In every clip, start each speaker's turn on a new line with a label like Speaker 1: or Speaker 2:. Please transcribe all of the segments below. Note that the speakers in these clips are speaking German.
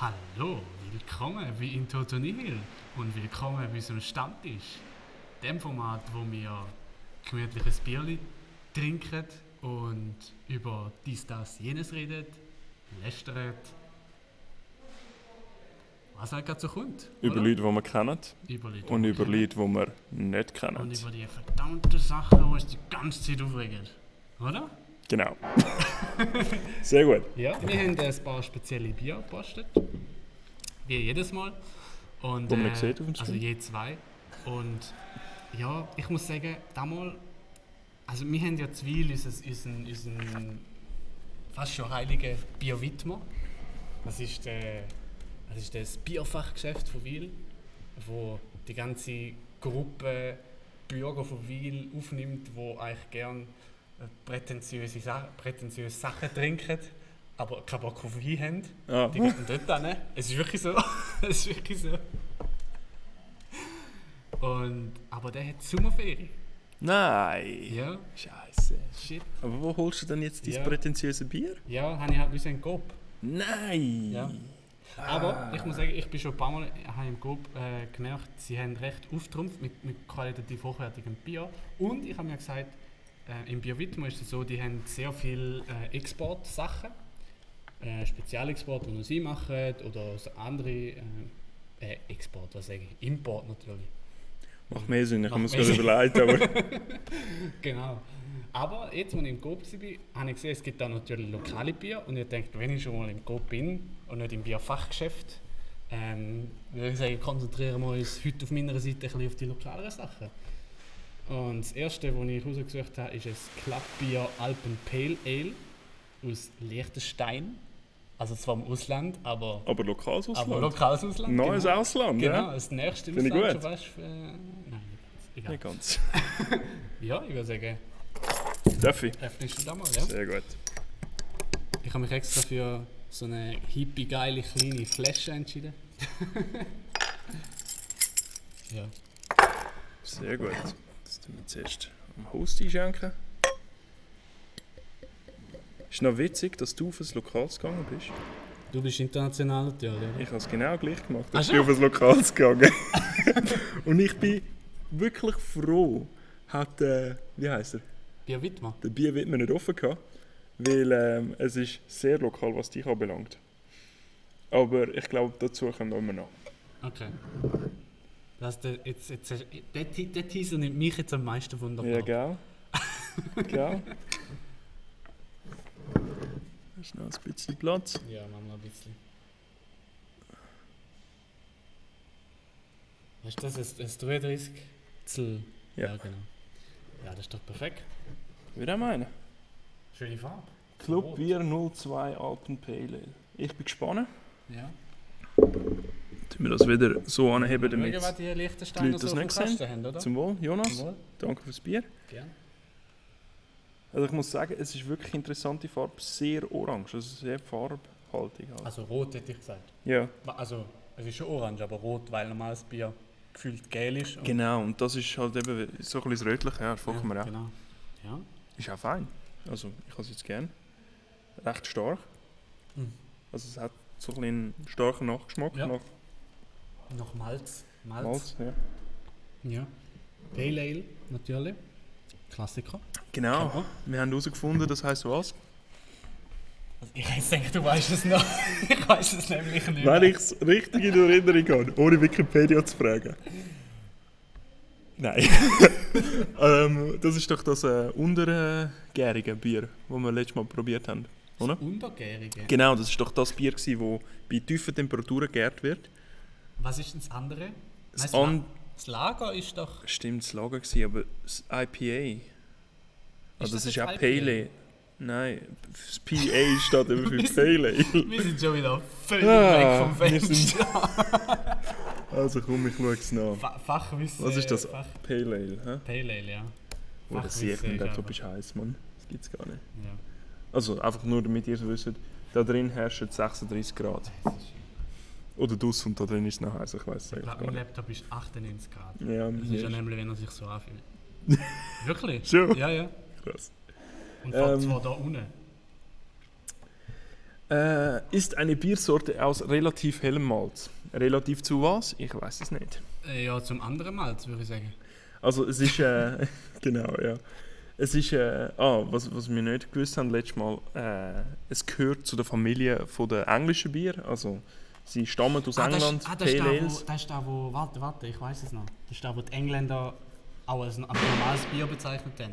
Speaker 1: Hallo, willkommen wie in Totonil und willkommen bei unserem Stammtisch. Dem Format, wo wir gemütliches Bierli trinken und über dies, das, jenes reden, lästern. Was halt gerade so kommt.
Speaker 2: Über
Speaker 1: oder?
Speaker 2: Leute, die wir kennen
Speaker 1: über Leute.
Speaker 2: und
Speaker 1: die
Speaker 2: über
Speaker 1: wir
Speaker 2: Leute, die wir nicht
Speaker 1: kennen.
Speaker 2: kennen.
Speaker 1: Und über die verdammte Sache, die uns die ganze Zeit aufregen. Oder?
Speaker 2: Genau. Sehr gut.
Speaker 1: Ja. Wir haben ein paar spezielle Bier gepostet. Wie jedes Mal. Und,
Speaker 2: Wo man nicht sieht auf dem
Speaker 1: Also
Speaker 2: Screen.
Speaker 1: je zwei. Und ja, ich muss sagen, damals. Also wir haben ja zu viel unseren, unseren, unseren fast schon heiligen Bier Wittmer. Das ist, der, das ist das Bierfachgeschäft von Wil, wo die ganze Gruppe Bürger von Wil aufnimmt, wo eigentlich gern äh, prätentiöse, Sa prätentiöse Sachen trinken, aber keinen Bock auf Wein haben.
Speaker 2: Ah.
Speaker 1: Die gehen dort hin. Es ist wirklich so. es ist wirklich so. Und, aber der hat Sommerferien.
Speaker 2: Nein.
Speaker 1: Ja,
Speaker 2: Scheiße.
Speaker 1: shit.
Speaker 2: Aber wo holst du denn jetzt
Speaker 1: Ja.
Speaker 2: dieses prätentiöse Bier?
Speaker 1: Ja, habe ich halt müssen in den Coop.
Speaker 2: Nein.
Speaker 1: Ja. Aber ich muss sagen, ich bin schon ein paar Mal habe im Club äh, gemerkt, sie haben recht auftrumpft mit, mit qualitativ hochwertigem Bier. Und ich habe mir gesagt, äh, im Bier Wittmer ist es so, die haben sehr viele äh, Exportsachen. Äh, Spezialexport, die nur sie machen oder so andere äh, äh, Export, was sage ich? Import natürlich.
Speaker 2: Macht mehr Sinn, ich
Speaker 1: Macht
Speaker 2: muss
Speaker 1: mehr
Speaker 2: mir
Speaker 1: Sinn.
Speaker 2: überlegen. Aber
Speaker 1: Genau. Aber jetzt, als ich im Coop war, habe ich gesehen, es gibt da natürlich lokale Bier. Und ich denke, wenn ich schon mal im Coop bin und nicht im Bierfachgeschäft, ähm, würde ich sagen, konzentrieren wir uns heute auf meiner Seite ein bisschen auf die lokaleren Sachen. Und das erste, was ich rausgesucht habe, ist ein Klappbier Alpen Pale Ale aus Liechtenstein. Also zwar im Ausland, aber,
Speaker 2: aber lokales
Speaker 1: aber
Speaker 2: Ausland.
Speaker 1: lokales Ausland.
Speaker 2: Neues
Speaker 1: genau.
Speaker 2: Ausland, ne?
Speaker 1: Genau,
Speaker 2: ja?
Speaker 1: das nächste
Speaker 2: Finde ich
Speaker 1: Ausland
Speaker 2: gut.
Speaker 1: schon fast. Äh, nein, egal.
Speaker 2: Nicht ganz.
Speaker 1: Ja, ich würde sagen,
Speaker 2: Darf ich?
Speaker 1: öffnest du da mal, ja?
Speaker 2: Sehr gut.
Speaker 1: Ich habe mich extra für so eine hippie geile kleine Flasche entschieden. ja.
Speaker 2: Sehr gut.
Speaker 1: Genau.
Speaker 2: Das tun wir zuerst am Host einschenken. Ist noch witzig, dass du auf ein Lokales gegangen bist.
Speaker 1: Du bist international natürlich, oder?
Speaker 2: Ich habe es genau gleich gemacht.
Speaker 1: Ach
Speaker 2: Ich
Speaker 1: so.
Speaker 2: bin auf ein Lokales gegangen. und ich bin wirklich froh, hat äh, wie heißt er,
Speaker 1: Bier Wittmann.
Speaker 2: der Bier wird mir nicht offen gehabt, weil ähm, es ist sehr lokal, was dich anbelangt. Aber ich glaube, dazu kommen wir noch.
Speaker 1: Okay. Das, der, jetzt, jetzt, der, Ti- der Teaser nimmt mich jetzt am meisten wunderbar.
Speaker 2: Ja, gell? gell? Hast noch ein bisschen Platz?
Speaker 1: ja, machen wir ein bisschen. Weißt du, das ist, ist 33 Zl.
Speaker 2: Ja.
Speaker 1: genau. Ja, das ist doch perfekt.
Speaker 2: Wie meine?
Speaker 1: Schöne Farbe.
Speaker 2: Club Bier 02 Alpen Pale Ale. Ich bin gespannt.
Speaker 1: Ja.
Speaker 2: Tun wir das wieder so anheben,
Speaker 1: Schauen,
Speaker 2: damit
Speaker 1: was die Liechtensteiner
Speaker 2: Leute
Speaker 1: so
Speaker 2: das
Speaker 1: auf dem
Speaker 2: nicht sehen.
Speaker 1: Kasten haben, oder?
Speaker 2: Zum Wohl, Jonas.
Speaker 1: Jawohl,
Speaker 2: Danke fürs Bier.
Speaker 1: gerne.
Speaker 2: Also ich muss sagen, es ist wirklich interessante Farbe, sehr orange, also sehr farbhaltig. Halt.
Speaker 1: Also rot hätte ich gesagt.
Speaker 2: Ja,
Speaker 1: Ma- Also es ist schon orange, aber rot, weil normales Bier gefühlt gel ist. und-
Speaker 2: genau, und das ist halt eben so ein bisschen das Rötliche, ja, das
Speaker 1: ja,
Speaker 2: folgt mir auch.
Speaker 1: Genau. Ja.
Speaker 2: Ist auch fein, also ich habe es jetzt gern. Recht stark,
Speaker 1: Mhm.
Speaker 2: also es hat so ein bisschen einen starken Nachgeschmack
Speaker 1: Ja.
Speaker 2: nach
Speaker 1: Noch Malz. Malz.
Speaker 2: Malz. Ja.
Speaker 1: Ja. Pale Ale natürlich. Klassiker.
Speaker 2: Genau,
Speaker 1: Kennt man.
Speaker 2: wir haben herausgefunden, das heisst was?
Speaker 1: Also ich jetzt denke, du weißt es noch. ich weiß es nämlich nicht.
Speaker 2: Wenn ich es richtig in Erinnerung habe, ohne Wikipedia zu fragen. Nein. ähm, das ist doch das äh, untergärige Bier, das wir letztes Mal probiert haben. oder?
Speaker 1: Untergärige.
Speaker 2: Genau, das ist doch das Bier, gewesen, wo bei tiefen Temperaturen gärt wird.
Speaker 1: Was ist denn das andere? Nein,
Speaker 2: Das
Speaker 1: La-
Speaker 2: an Ah,
Speaker 1: das Lager ist doch.
Speaker 2: Stimmt, das Lager war, aber das IPA. Ah,
Speaker 1: Ist
Speaker 2: das,
Speaker 1: das
Speaker 2: ist
Speaker 1: jetzt
Speaker 2: ja
Speaker 1: IPA?
Speaker 2: Pale. Nein, das PA steht eben für Pale.
Speaker 1: Wir sind schon wieder völlig
Speaker 2: Ah,
Speaker 1: weg
Speaker 2: wir
Speaker 1: vom
Speaker 2: sind-
Speaker 1: Fenster.
Speaker 2: Also komm, ich schaue es nach.
Speaker 1: Fa- Fachwissen.
Speaker 2: Was ist das?
Speaker 1: Fach
Speaker 2: Pale Ale, hä?
Speaker 1: Pale Ale, ja.
Speaker 2: Wo das
Speaker 1: Fachwissen
Speaker 2: sieht man,
Speaker 1: ist
Speaker 2: der Club
Speaker 1: einfach-
Speaker 2: ist heiß, Mann. Das gibt's gar nicht.
Speaker 1: ja.
Speaker 2: Also einfach nur, damit ihr es wisst, da drin herrschen 36 Grad. Oder draussen und da drin ist es noch heiß, ich weiß es
Speaker 1: Ich
Speaker 2: eigentlich
Speaker 1: glaube,
Speaker 2: gar
Speaker 1: mein
Speaker 2: nicht.
Speaker 1: Laptop ist 98 Grad.
Speaker 2: Ja,
Speaker 1: Das ist ja
Speaker 2: mir
Speaker 1: nämlich, wenn er sich so anfühlt. Wirklich?
Speaker 2: Schon? Ähm.
Speaker 1: Ja, ja.
Speaker 2: ist krass.
Speaker 1: Und fährt
Speaker 2: Ähm.
Speaker 1: zwar da unten.
Speaker 2: Äh, ist eine Biersorte aus relativ hellem Malz. Relativ zu was? Ich weiß es nicht.
Speaker 1: Äh, ja, zum anderen Malz, würde ich sagen.
Speaker 2: Also es ist, äh, genau, ja. Es ist, äh, ah, was, was wir nicht gewusst haben letztes Mal, äh, es gehört zu der Familie von der englischen Bier, also sie stammen aus
Speaker 1: Ah, das,
Speaker 2: England,
Speaker 1: ist- ah, das, ist
Speaker 2: Pale
Speaker 1: da, wo,
Speaker 2: Ales.
Speaker 1: das ist da, wo. Warte, warte, ich weiß es noch. Das ist da, wo die Engländer auch als, als normales Bier bezeichnet haben.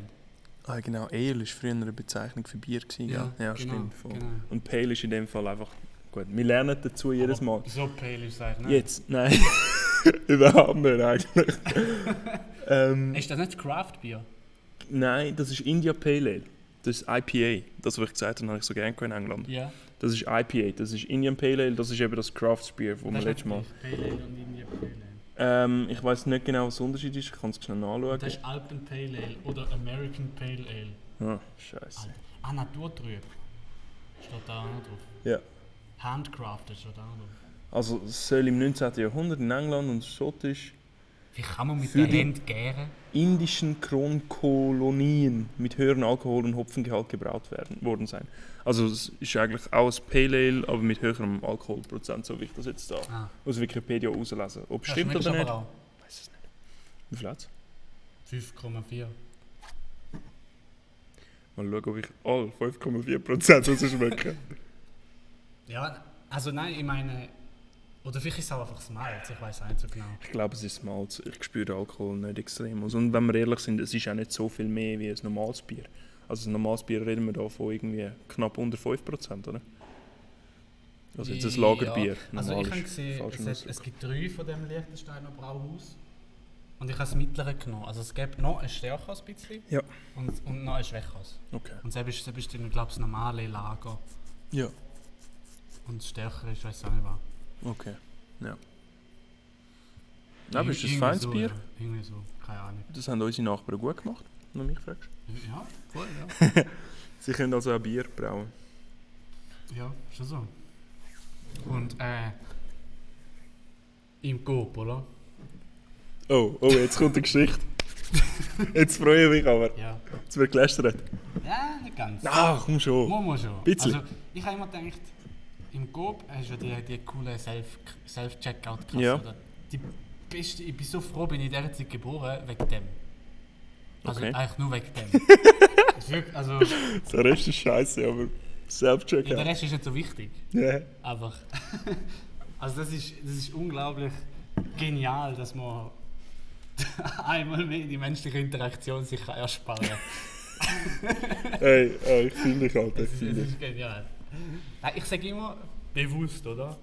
Speaker 2: Ah, genau, Ale ist früher eine Bezeichnung für Bier gewesen, ja, ja
Speaker 1: genau,
Speaker 2: stimmt. Voll.
Speaker 1: Genau.
Speaker 2: Und Pale ist in dem Fall einfach, gut, wir lernen dazu jedes Mal.
Speaker 1: Aber So pale ist es eigentlich. nicht.
Speaker 2: Jetzt, nein, überhaupt nicht eigentlich. ähm,
Speaker 1: Ist das nicht Craft Bier?
Speaker 2: Nein, das ist India Pale Ale. Das ist IPA. Das, was ich gesagt habe, habe ich so gerne in England.
Speaker 1: Ja.
Speaker 2: Das ist IPA, das ist Indian Pale Ale, das ist eben das Craftsbier, das wir
Speaker 1: das
Speaker 2: letztes Mal...
Speaker 1: Pale Ale und India Pale Ale.
Speaker 2: Ähm, ich weiß nicht genau, was der Unterschied ist, ich kann es schnell nachschauen.
Speaker 1: Das ist Alpen Pale Ale oder American Pale Ale.
Speaker 2: ah, scheiße.
Speaker 1: Alter. Ah, Naturtrüb. Steht da auch noch drauf.
Speaker 2: Ja.
Speaker 1: Handcrafted steht da auch noch drauf.
Speaker 2: Also, es soll im 19. Jahrhundert in England und schottisch
Speaker 1: Wie kann man mit
Speaker 2: Für
Speaker 1: der
Speaker 2: die-
Speaker 1: Hand gären?
Speaker 2: indischen Kronkolonien mit höherem Alkohol- und Hopfengehalt gebraut werden, worden sein. Also es ist eigentlich auch ein Pale Ale, aber mit höherem Alkoholprozent, so wie ich das jetzt da
Speaker 1: Ah.
Speaker 2: aus Wikipedia herauslese. Ob es stimmt
Speaker 1: schmeckt's
Speaker 2: oder
Speaker 1: aber
Speaker 2: nicht,
Speaker 1: auch.
Speaker 2: weiß es nicht. Wie viel hat's?
Speaker 1: 5,4.
Speaker 2: Mal schauen, ob ich alle 5,4% rausschmecke.
Speaker 1: Ja, also nein, ich meine. Oder vielleicht ist es auch einfach das Malz, ich weiß nicht so genau.
Speaker 2: ich glaube, es ist Malz. Ich spüre den Alkohol nicht extrem. aus. Und wenn wir ehrlich sind, es ist auch nicht so viel mehr wie ein normales Bier. Also ein normales Bier reden wir da von irgendwie knapp unter 5%, oder? Also jetzt ein Lagerbier.
Speaker 1: Ja. Also ich
Speaker 2: normal
Speaker 1: habe
Speaker 2: ist
Speaker 1: gesehen, es,
Speaker 2: falscher
Speaker 1: hat,
Speaker 2: Ausdruck.
Speaker 1: es gibt drei von dem Liechtensteiner Brauhaus. Und ich habe das mittlere genommen. Also es gibt noch ein stärkeres bisschen
Speaker 2: Ja.
Speaker 1: und, und noch ein schwächeres.
Speaker 2: Okay.
Speaker 1: Und selbst ist, selbst ist dann, glaube ich, das normale Lager.
Speaker 2: Ja.
Speaker 1: Und das stärkere ist, weiß auch nicht was.
Speaker 2: Okay. Ja. Aber ist das ein
Speaker 1: Irgendwie
Speaker 2: feines
Speaker 1: so,
Speaker 2: Bier?
Speaker 1: Ja. Irgendwie so, keine Ahnung.
Speaker 2: Das haben unsere Nachbarn gut gemacht, wenn du mich fragst.
Speaker 1: Ja, voll, ja.
Speaker 2: Sie können also auch Bier brauen.
Speaker 1: Ja, schon so. Und äh, im Coop, oder?
Speaker 2: Oh, oh, jetzt kommt die Geschichte. Jetzt freue ich mich aber.
Speaker 1: Ja.
Speaker 2: Jetzt wird gelästert.
Speaker 1: Ja, nicht ganz.
Speaker 2: Ah, komm schon.
Speaker 1: Muss man schon.
Speaker 2: Bisschen.
Speaker 1: Also, ich habe immer gedacht, im Coop hast du ja die, die coole Self- Self-Checkout-Kasse.
Speaker 2: Ja.
Speaker 1: oder? Die beste, ich bin so froh, bin ich in dieser Zeit geboren, wegen dem. Also
Speaker 2: Okay.
Speaker 1: eigentlich nur wegen dem. Das ist wirklich, also, ja,
Speaker 2: Der Rest ist scheiße, aber Self-Checkout.
Speaker 1: der Rest ist nicht so wichtig.
Speaker 2: Ja.
Speaker 1: Einfach. Also das ist, das ist unglaublich genial, dass man einmal mehr die menschliche Interaktion sich kann ersparen kann.
Speaker 2: Hey, hey, ich fühle dich, Alter. Ich
Speaker 1: Das ist, das
Speaker 2: fühle dich.
Speaker 1: ist genial. Nein, ich sage immer bewusst, oder?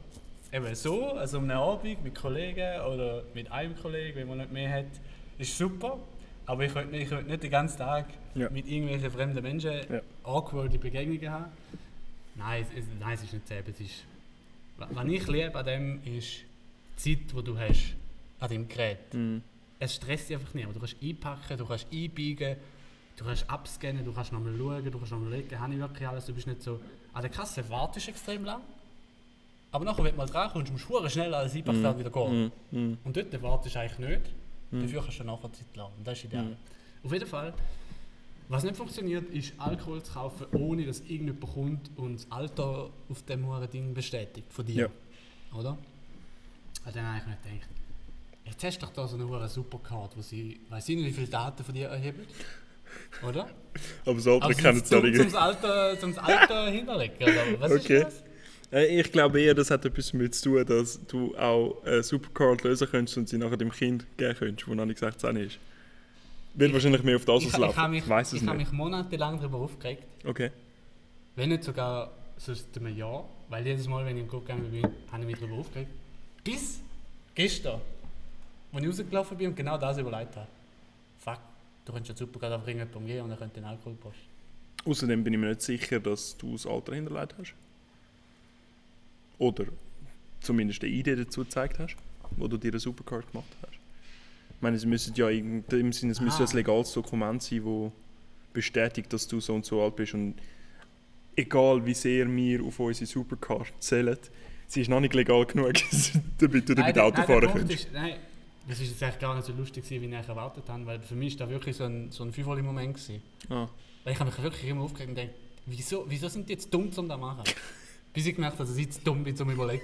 Speaker 1: Eben so, also um einen Abend mit Kollegen oder mit einem Kollegen, wenn man nicht mehr hat, ist super. Aber ich könnte nicht, ich könnte nicht den ganzen Tag
Speaker 2: Ja.
Speaker 1: mit irgendwelchen fremden Menschen
Speaker 2: Ja.
Speaker 1: awkwarde Begegnungen haben. Nein, es, es, nein, es ist nicht selber. Es ist, wa- was ich liebe an dem ist die Zeit, die du hast an dem Gerät.
Speaker 2: Mhm.
Speaker 1: Es stresst dich einfach nicht. aber Du kannst einpacken, du kannst einbiegen, du kannst abscannen, du kannst nochmal schauen, du kannst nochmal legen, habe ich wirklich alles, du bist nicht so... An der Kasse wartest du extrem lang, aber nachher, wenn du mal drankommst, musst du verdammt schnell alles einpacken und wieder gehen.
Speaker 2: Mhm. Mhm.
Speaker 1: Und dort wartest du eigentlich nicht, dafür kannst du nachher Zeit lassen. Das ist ideal.
Speaker 2: Mhm.
Speaker 1: Auf jeden Fall, was nicht funktioniert, ist Alkohol zu kaufen, ohne dass irgendjemand kommt und das Alter auf dem hohen Ding bestätigt von dir. Oder? Und dann habe ich mir gedacht, jetzt hast du doch da so eine hohe Supercard, wo sie, weiß ich nicht, wie viele Daten von dir erhebt. Oder?
Speaker 2: Aber das andere
Speaker 1: Also
Speaker 2: kennen es
Speaker 1: zum,
Speaker 2: nicht.
Speaker 1: zum Alter, zum Alter hinterlegen. Oder? Was
Speaker 2: Okay.
Speaker 1: ist das?
Speaker 2: Äh, Ich glaube eher, das hat etwas damit zu tun, dass du auch eine Supercard lösen könntest und sie nachher dem Kind geben könntest, das noch nicht 16 ist. Wird wahrscheinlich mehr auf das
Speaker 1: Ich, ich, habe
Speaker 2: auslaufen.
Speaker 1: mich,
Speaker 2: Ich weiß es
Speaker 1: ich habe
Speaker 2: nicht.
Speaker 1: mich monatelang darüber aufgeregt.
Speaker 2: Okay.
Speaker 1: Wenn nicht sogar sonst einem Jahr, weil jedes Mal, wenn ich im Club gegangen bin, habe ich mich darüber aufgeregt. Bis gestern, als ich rausgelaufen bin und genau das überlegt habe. Fuck, du könntest ja super gerade auf irgendjemandem gehen und er könnte den Alkohol posten.
Speaker 2: Außerdem bin ich mir nicht sicher, dass du das Alter hinterlegt hast. Oder zumindest eine Idee dazu gezeigt hast, wo du dir eine Supercard gemacht hast. Ich meine, es müsste ja irgend- im Sinne, es müsste
Speaker 1: Ah.
Speaker 2: ein legales Dokument sein, wo bestätigt, dass du so und so alt bist. Und egal wie sehr wir auf unsere Supercard zählen, sie ist noch nicht legal genug, damit du damit
Speaker 1: der-
Speaker 2: Auto
Speaker 1: der
Speaker 2: fahren
Speaker 1: Punkt
Speaker 2: kannst.
Speaker 1: Ist, nein, das war jetzt eigentlich gar nicht so lustig, gewesen, wie ich erwartet habe, weil für mich war das wirklich so ein, so ein Fünfwolle-Moment. gewesen.
Speaker 2: Ah.
Speaker 1: Weil ich habe mich wirklich immer aufgeregt und gedacht, wieso, wieso sind die jetzt dumm, um das zu machen? Bis ich gemerkt habe, dass ich zu dumm bin, zum Überlegen.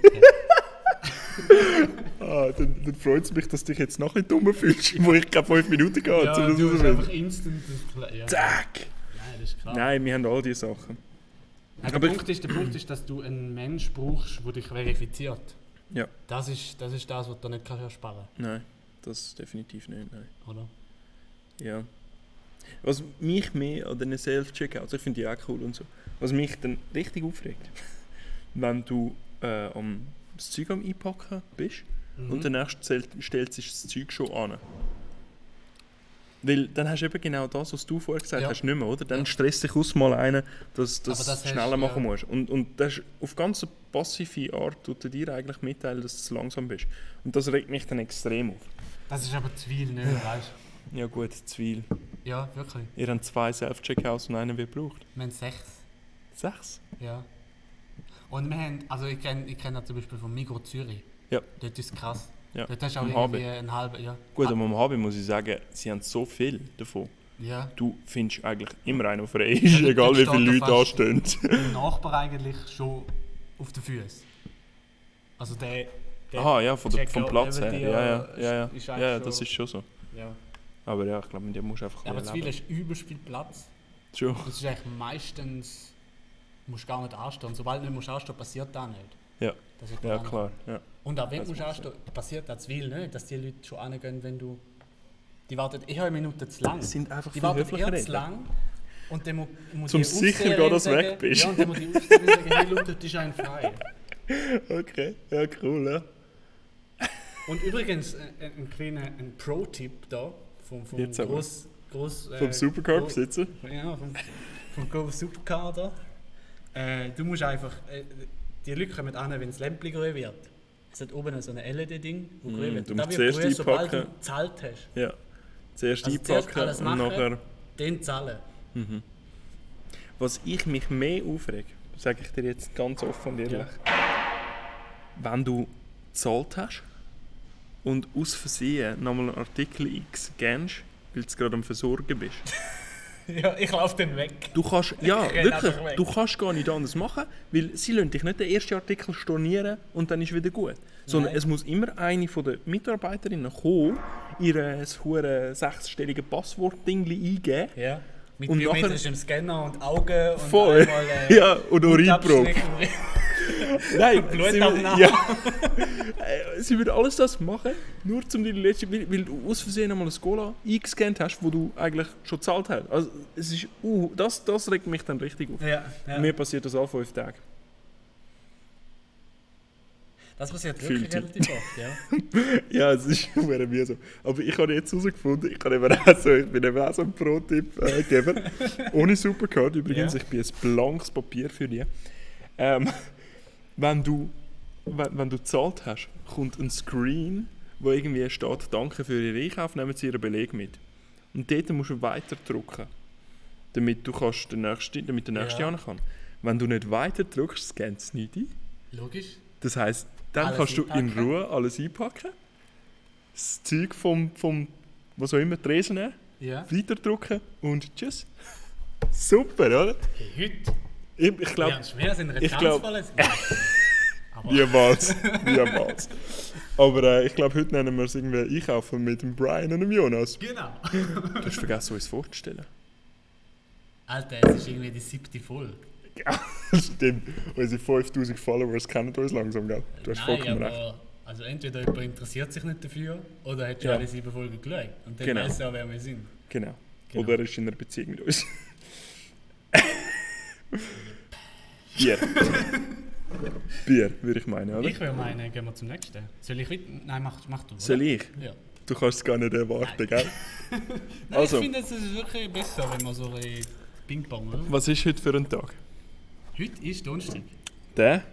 Speaker 2: Ah, dann, dann freut es mich, dass du dich jetzt noch nicht dumm fühlst, wo ich keine 5 Minuten gehe.
Speaker 1: ja,
Speaker 2: um das
Speaker 1: du hast
Speaker 2: rauszufinden.
Speaker 1: einfach instant... das- Ja, nein,
Speaker 2: Zack!
Speaker 1: das ist klar.
Speaker 2: Nein, wir haben all diese Sachen.
Speaker 1: Nein,
Speaker 2: Aber
Speaker 1: der,
Speaker 2: ich-
Speaker 1: Punkt ist, der Punkt ist, dass du einen Mensch brauchst, der dich verifiziert.
Speaker 2: Ja.
Speaker 1: Das ist das, ist das was du nicht kannst ersparen
Speaker 2: Nein, das definitiv nicht. Nein.
Speaker 1: kannst, oder?
Speaker 2: Ja. Was mich mehr an diesen Self-Checkouts, ich finde die auch cool und so, was mich dann richtig aufregt, wenn du äh, am das Zeug am Einpacken bist und der Nächste zählt- stellt sich das Zeug schon an. Weil dann hast du eben genau das, was du vorher gesagt
Speaker 1: Ja.
Speaker 2: hast, nicht mehr, oder? Dann
Speaker 1: Ja.
Speaker 2: stresst dich aus mal einer, dass du das,
Speaker 1: Aber das hast-
Speaker 2: schneller machen
Speaker 1: ja.
Speaker 2: musst. Und, und das ist auf ganz eine passive Art tut er dir eigentlich mitteilen, dass du zu langsam bist. Und das regt mich dann extrem auf.
Speaker 1: Das ist aber zu viel, ne? Weißt
Speaker 2: Ja gut, zu viel.
Speaker 1: du? Ja, wirklich.
Speaker 2: Ihr habt zwei Self-Checkouts und einen wird gebraucht.
Speaker 1: Wir haben sechs.
Speaker 2: Sechs?
Speaker 1: Ja. Und wir haben, also ich kenne ich kenn das zum Beispiel von Migro Zürich.
Speaker 2: Ja.
Speaker 1: Dort ist es krass.
Speaker 2: Ja.
Speaker 1: Dort hast du auch
Speaker 2: Im
Speaker 1: irgendwie einen halben, ja.
Speaker 2: Gut,
Speaker 1: Ah,
Speaker 2: aber am Hobby muss ich sagen, sie haben so viel davon.
Speaker 1: ja.
Speaker 2: Du findest eigentlich immer einen, der frei
Speaker 1: Ja,
Speaker 2: ist,
Speaker 1: dort-
Speaker 2: egal wie
Speaker 1: dort
Speaker 2: viele
Speaker 1: steht
Speaker 2: Leute
Speaker 1: er
Speaker 2: anstehen.
Speaker 1: Mein Nachbar eigentlich schon auf den Füßen. Also der, der
Speaker 2: Aha, ja, von der, vom
Speaker 1: Checkout
Speaker 2: Platz her.
Speaker 1: neben
Speaker 2: Ja,
Speaker 1: dir
Speaker 2: ja,
Speaker 1: ist-
Speaker 2: ja, ja.
Speaker 1: ist
Speaker 2: ja,
Speaker 1: eigentlich
Speaker 2: ja das
Speaker 1: schon-
Speaker 2: ist schon so.
Speaker 1: ja.
Speaker 2: Aber ja, ich glaube, mit dem musst du einfach
Speaker 1: Aber
Speaker 2: ein
Speaker 1: zu
Speaker 2: bisschen
Speaker 1: viel
Speaker 2: leben.
Speaker 1: hast du übelst viel Platz.
Speaker 2: Schon.
Speaker 1: Das ist eigentlich meistens, musst du gar nicht anstehen. Sobald du nicht musst anstehen, passiert das nicht.
Speaker 2: Ja.
Speaker 1: Das ist
Speaker 2: Ja,
Speaker 1: klar.
Speaker 2: klar. Ja.
Speaker 1: Und auch wenn
Speaker 2: Das
Speaker 1: du musst
Speaker 2: macht
Speaker 1: anstehen, passiert das viel nicht, dass die Leute schon angehen, wenn du... Die warten eh eine Minute zu lang.
Speaker 2: sind einfach
Speaker 1: Die
Speaker 2: viel
Speaker 1: warten
Speaker 2: höflicher
Speaker 1: eher zu
Speaker 2: reden.
Speaker 1: lang. Und dann mu- muss
Speaker 2: Zum
Speaker 1: die Aufseherin
Speaker 2: sicher gehen, dass du
Speaker 1: sagen-
Speaker 2: weg bist.
Speaker 1: Ja, und dann muss die Aufseherin sagen, hey, schau, dort ist ein frei.
Speaker 2: Okay, ja, cool, ja.
Speaker 1: Und übrigens, äh, äh, ein kleiner ein Pro-Tipp da, vom, vom
Speaker 2: Jetzt aber.
Speaker 1: Groß... Groß äh,
Speaker 2: Vom
Speaker 1: Gro-
Speaker 2: Supercar-Besitzer.
Speaker 1: Ja, vom, vom Go Subkader. Äh, du musst einfach. Äh, die Leute kommen an, wenn das Lämpchen grün wird. Es hat oben so ein LED-Ding, wo
Speaker 2: Mm,
Speaker 1: grün wird.
Speaker 2: du
Speaker 1: Und da
Speaker 2: musst
Speaker 1: wird
Speaker 2: zuerst
Speaker 1: grün, sobald du
Speaker 2: einpacken.
Speaker 1: gezahlt hast.
Speaker 2: Ja. Zuerst
Speaker 1: Also zuerst
Speaker 2: einpacken
Speaker 1: alles
Speaker 2: und
Speaker 1: machen.
Speaker 2: nachher...
Speaker 1: Den zahlen.
Speaker 2: Was ich mich mehr aufrege, sage ich dir jetzt ganz offen und ehrlich, wenn du gezahlt hast und aus Versehen nochmal einen Artikel einscannst, weil du gerade am Versorgen bist.
Speaker 1: Ja, ich laufe den weg.
Speaker 2: Du kannst, ja,
Speaker 1: renn
Speaker 2: wirklich,
Speaker 1: einfach weg.
Speaker 2: du kannst gar nicht anders machen, weil sie lassen dich nicht den ersten Artikel stornieren und dann ist wieder gut. Sondern
Speaker 1: Nein.
Speaker 2: es muss immer eine von den Mitarbeiterinnen kommen, ihr hure sechsstellige Passwort-Ding eingeben.
Speaker 1: Ja. Mit
Speaker 2: Und
Speaker 1: biometrischem Scanner und Augen und
Speaker 2: Voll.
Speaker 1: einmal, äh,
Speaker 2: Ja, und Urinprobe.
Speaker 1: Abschlecken.
Speaker 2: Nein,
Speaker 1: Blut
Speaker 2: sie,
Speaker 1: auf
Speaker 2: wür-
Speaker 1: Nacht.
Speaker 2: ja. Äh, sie würde alles das machen, nur um die letzte, weil, weil du aus Versehen einmal eine Cola eingescannt hast, wo du eigentlich schon gezahlt hast. Also es ist, uh, das, das regt mich dann richtig auf.
Speaker 1: Ja, ja.
Speaker 2: Mir passiert das alle fünf Tage.
Speaker 1: Das passiert
Speaker 2: Gefühlte.
Speaker 1: wirklich relativ oft, ja.
Speaker 2: Ja, es ist sehr mühsam. Aber ich habe jetzt herausgefunden, ich, kann eben auch so, ich bin eben auch so ein Pro-Tipp-Geber. Ohne Supercard übrigens,
Speaker 1: Ja.
Speaker 2: ich bin ein blankes Papier für die. Ähm, wenn, du, wenn, wenn du gezahlt hast, kommt ein Screen, wo irgendwie steht, danke für Ihren Einkauf, nehmen Sie Ihren Beleg mit. Und dort musst du weiterdrücken, damit, du kannst den nächsten, damit der Nächste
Speaker 1: Ja.
Speaker 2: ja. kann. Wenn du nicht weiterdrückst, scannt es nicht ein.
Speaker 1: Logisch.
Speaker 2: Das heisst, dann
Speaker 1: Alles
Speaker 2: kannst du in
Speaker 1: einpacken.
Speaker 2: Ruhe alles einpacken, das Zeug vom, vom was auch immer, Tresen nehmen,
Speaker 1: Ja.
Speaker 2: weiterdrücken und tschüss. Super, oder?
Speaker 1: Hey, heute.
Speaker 2: Ich, ich
Speaker 1: Glaub,
Speaker 2: glaube,
Speaker 1: ja, schwer sind
Speaker 2: ich glaub-
Speaker 1: Aber
Speaker 2: niemals, niemals. Aber äh, ich glaube, heute nennen wir es irgendwie Einkaufen mit dem Brian und dem Jonas.
Speaker 1: genau.
Speaker 2: Du hast vergessen, uns vorzustellen.
Speaker 1: Alter, es ist irgendwie die siebte Folge.
Speaker 2: Stimmt, unsere 5000 Followers kennen uns langsam, gell? Du hast vollkommen recht.
Speaker 1: Also entweder jemand interessiert sich nicht dafür oder hat schon
Speaker 2: Ja.
Speaker 1: alle sieben Folgen geschaut. Und dann
Speaker 2: Genau.
Speaker 1: weiss er auch, wer wir sind.
Speaker 2: Genau.
Speaker 1: Genau.
Speaker 2: Oder er ist in einer Beziehung mit uns. Bier. Bier, würde ich meinen, oder?
Speaker 1: Ich würde meinen, gehen wir zum nächsten. Soll ich weiter? Nein, mach, mach du. oder?
Speaker 2: Soll ich?
Speaker 1: Ja.
Speaker 2: Du kannst es gar nicht erwarten, gell?
Speaker 1: Nein,
Speaker 2: Also.
Speaker 1: Ich finde, es ist wirklich besser, wenn man so ein Ping-Pong, oder?
Speaker 2: Was ist heute für ein Tag?
Speaker 1: Heute ist Donnerstag.
Speaker 2: Der?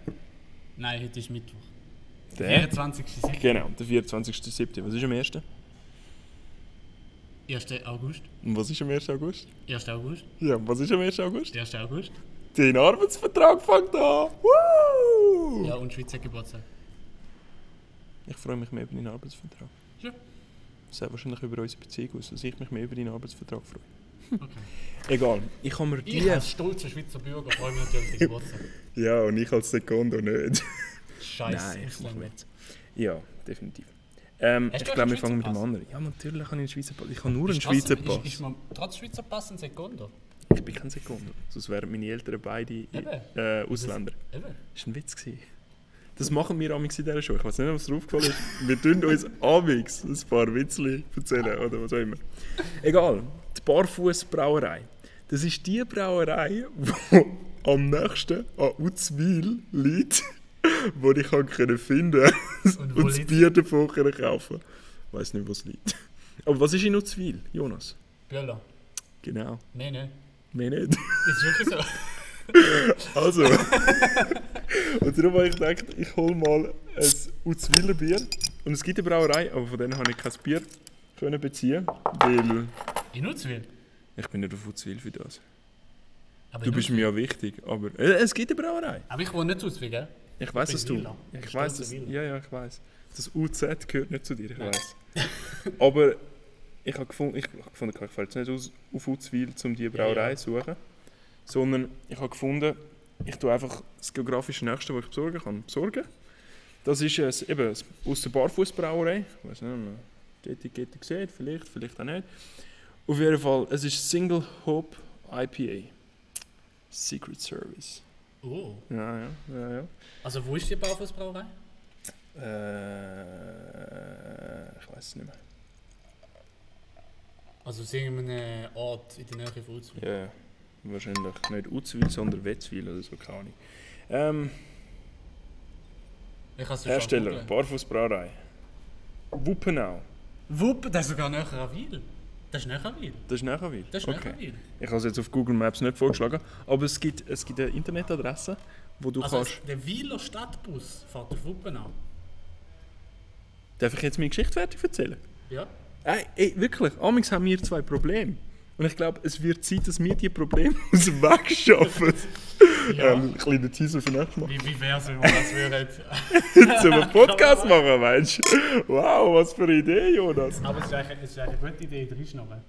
Speaker 1: Nein, heute ist Mittwoch.
Speaker 2: Der?
Speaker 1: 24.
Speaker 2: Genau, der 24.07. Was ist am 1.?
Speaker 1: 1. August.
Speaker 2: Und was ist am 1. August?
Speaker 1: 1. August.
Speaker 2: Ja, und was ist am 1. August?
Speaker 1: 1. August.
Speaker 2: Dein Arbeitsvertrag fängt an! Woo!
Speaker 1: Ja, und Schweizer Geburtstag.
Speaker 2: Ich freue mich mehr über deinen Arbeitsvertrag.
Speaker 1: Ja.
Speaker 2: Sehr wahrscheinlich über unsere Beziehung aus, dass ich mich mehr über deinen Arbeitsvertrag freue. Egal, ich habe mir die...
Speaker 1: Ich als stolzer Schweizer Bürger freue mich natürlich auf den Geburtstag.
Speaker 2: Ja, und ich als Sekondo nicht.
Speaker 1: Scheiße,
Speaker 2: Nein, ich mache
Speaker 1: Ausländer.
Speaker 2: Witz. Ja, definitiv. Ähm,
Speaker 1: Hast
Speaker 2: ich
Speaker 1: du
Speaker 2: glaube,
Speaker 1: einen
Speaker 2: wir fangen mit dem
Speaker 1: Schweizer
Speaker 2: anderen. Ja, natürlich habe ich einen Schweizer Pass. Ich habe nur einen
Speaker 1: Ist trotzdem-
Speaker 2: Schweizer
Speaker 1: Also, Ist, ist
Speaker 2: Pass.
Speaker 1: man trotz Schweizer Pass ein Sekundo?
Speaker 2: Ich bin kein Sekondo. Sonst wären meine Eltern beide
Speaker 1: Eben.
Speaker 2: äh, Ausländer.
Speaker 1: Eben.
Speaker 2: Das war ein Witz. Gewesen. Das machen wir amix in dieser Show. Ich weiß nicht, ob es dir aufgefallen ist. Wir tun uns amix ein paar Witzli erzählen oder was auch immer. Egal, die Barfußbrauerei. Das ist die Brauerei, die am nächsten an Uzwil liegt, wo ich kann können finden
Speaker 1: Und
Speaker 2: und,
Speaker 1: wo
Speaker 2: das
Speaker 1: liegt-
Speaker 2: Bier davon können kaufen Ich weiß nicht, was liegt. Aber was ist in Uzwil, Jonas?
Speaker 1: Böller.
Speaker 2: Genau,
Speaker 1: Nein, nein.
Speaker 2: mehr nicht.
Speaker 1: Ist wirklich so.
Speaker 2: Also. und darum habe ich gedacht, ich hole mal ein Uzwiler Bier. Und es gibt eine Brauerei, aber von denen habe ich kein Bier können beziehen, weil
Speaker 1: Ich nutze viel.
Speaker 2: ich bin nicht auf Uzwil für das.
Speaker 1: Aber
Speaker 2: Du
Speaker 1: ich
Speaker 2: bist
Speaker 1: nutze-
Speaker 2: mir ja wichtig, aber äh, es gibt eine Brauerei.
Speaker 1: Aber ich wohne nicht zu Zwiebeln, gell?
Speaker 2: Ich weiß,
Speaker 1: bin
Speaker 2: dass du.
Speaker 1: Wieler.
Speaker 2: Ich
Speaker 1: Ich
Speaker 2: weiß,
Speaker 1: bin
Speaker 2: dass,
Speaker 1: Wieler.
Speaker 2: ja, ja, ich weiß. Das UZ gehört nicht zu dir, ich
Speaker 1: Nein.
Speaker 2: weiß. aber ich habe gefunden, ich habe gefunden, ich fahre jetzt nicht aus, auf Uzwil, um die Brauerei
Speaker 1: ja.
Speaker 2: zu suchen, sondern ich habe gefunden, ich tue einfach das geografische Nächste, das ich besorgen kann, besorgen. Das ist es, eben es- aus der Barfußbrauerei. Ich weiß nicht, ob man die Etikette gesehen, vielleicht, vielleicht auch nicht. Auf jeden Fall, es ist Single Hop IPA. Secret Service.
Speaker 1: Oh.
Speaker 2: Ja, ja, ja, ja.
Speaker 1: Also wo ist die Baufußbrauerei?
Speaker 2: Äh, ich weiß es nicht mehr.
Speaker 1: Also aus irgendeinem Ort in der Nähe von Uzwil.
Speaker 2: Ja, ja. wahrscheinlich. Nicht Uzwil, sondern Wetzwil oder so, keine Ahnung. Ähm,
Speaker 1: Ich kann es
Speaker 2: Hersteller, Barfußbrauerei. Wuppenau.
Speaker 1: Wupp, das ist sogar näher an Wiel. Das ist näher an Wiel.
Speaker 2: Das ist nachher Wil.
Speaker 1: Das ist näher an Wiel.
Speaker 2: Ich habe es jetzt auf Google Maps nicht vorgeschlagen, aber es gibt, es gibt eine Internetadresse, wo du
Speaker 1: Also
Speaker 2: kannst...
Speaker 1: es- der Wieler Stadtbus fährt auf Wuppen an.
Speaker 2: Darf ich jetzt meine Geschichte fertig erzählen?
Speaker 1: Ja?
Speaker 2: Ey, ey, wirklich, amigs haben wir zwei Probleme. Und ich glaube, es wird Zeit, dass wir die Probleme aus dem Weg schaffen.
Speaker 1: Ja.
Speaker 2: Ähm, kleiner Teaser für nächstes Mal.
Speaker 1: Wie, wie wär's, wenn man das würde?
Speaker 2: Zum einen Podcast machen, meinst du? Wow, was für eine Idee, Jonas.
Speaker 1: Aber es ist eigentlich, es ist eigentlich eine gute Idee, reinschnurren.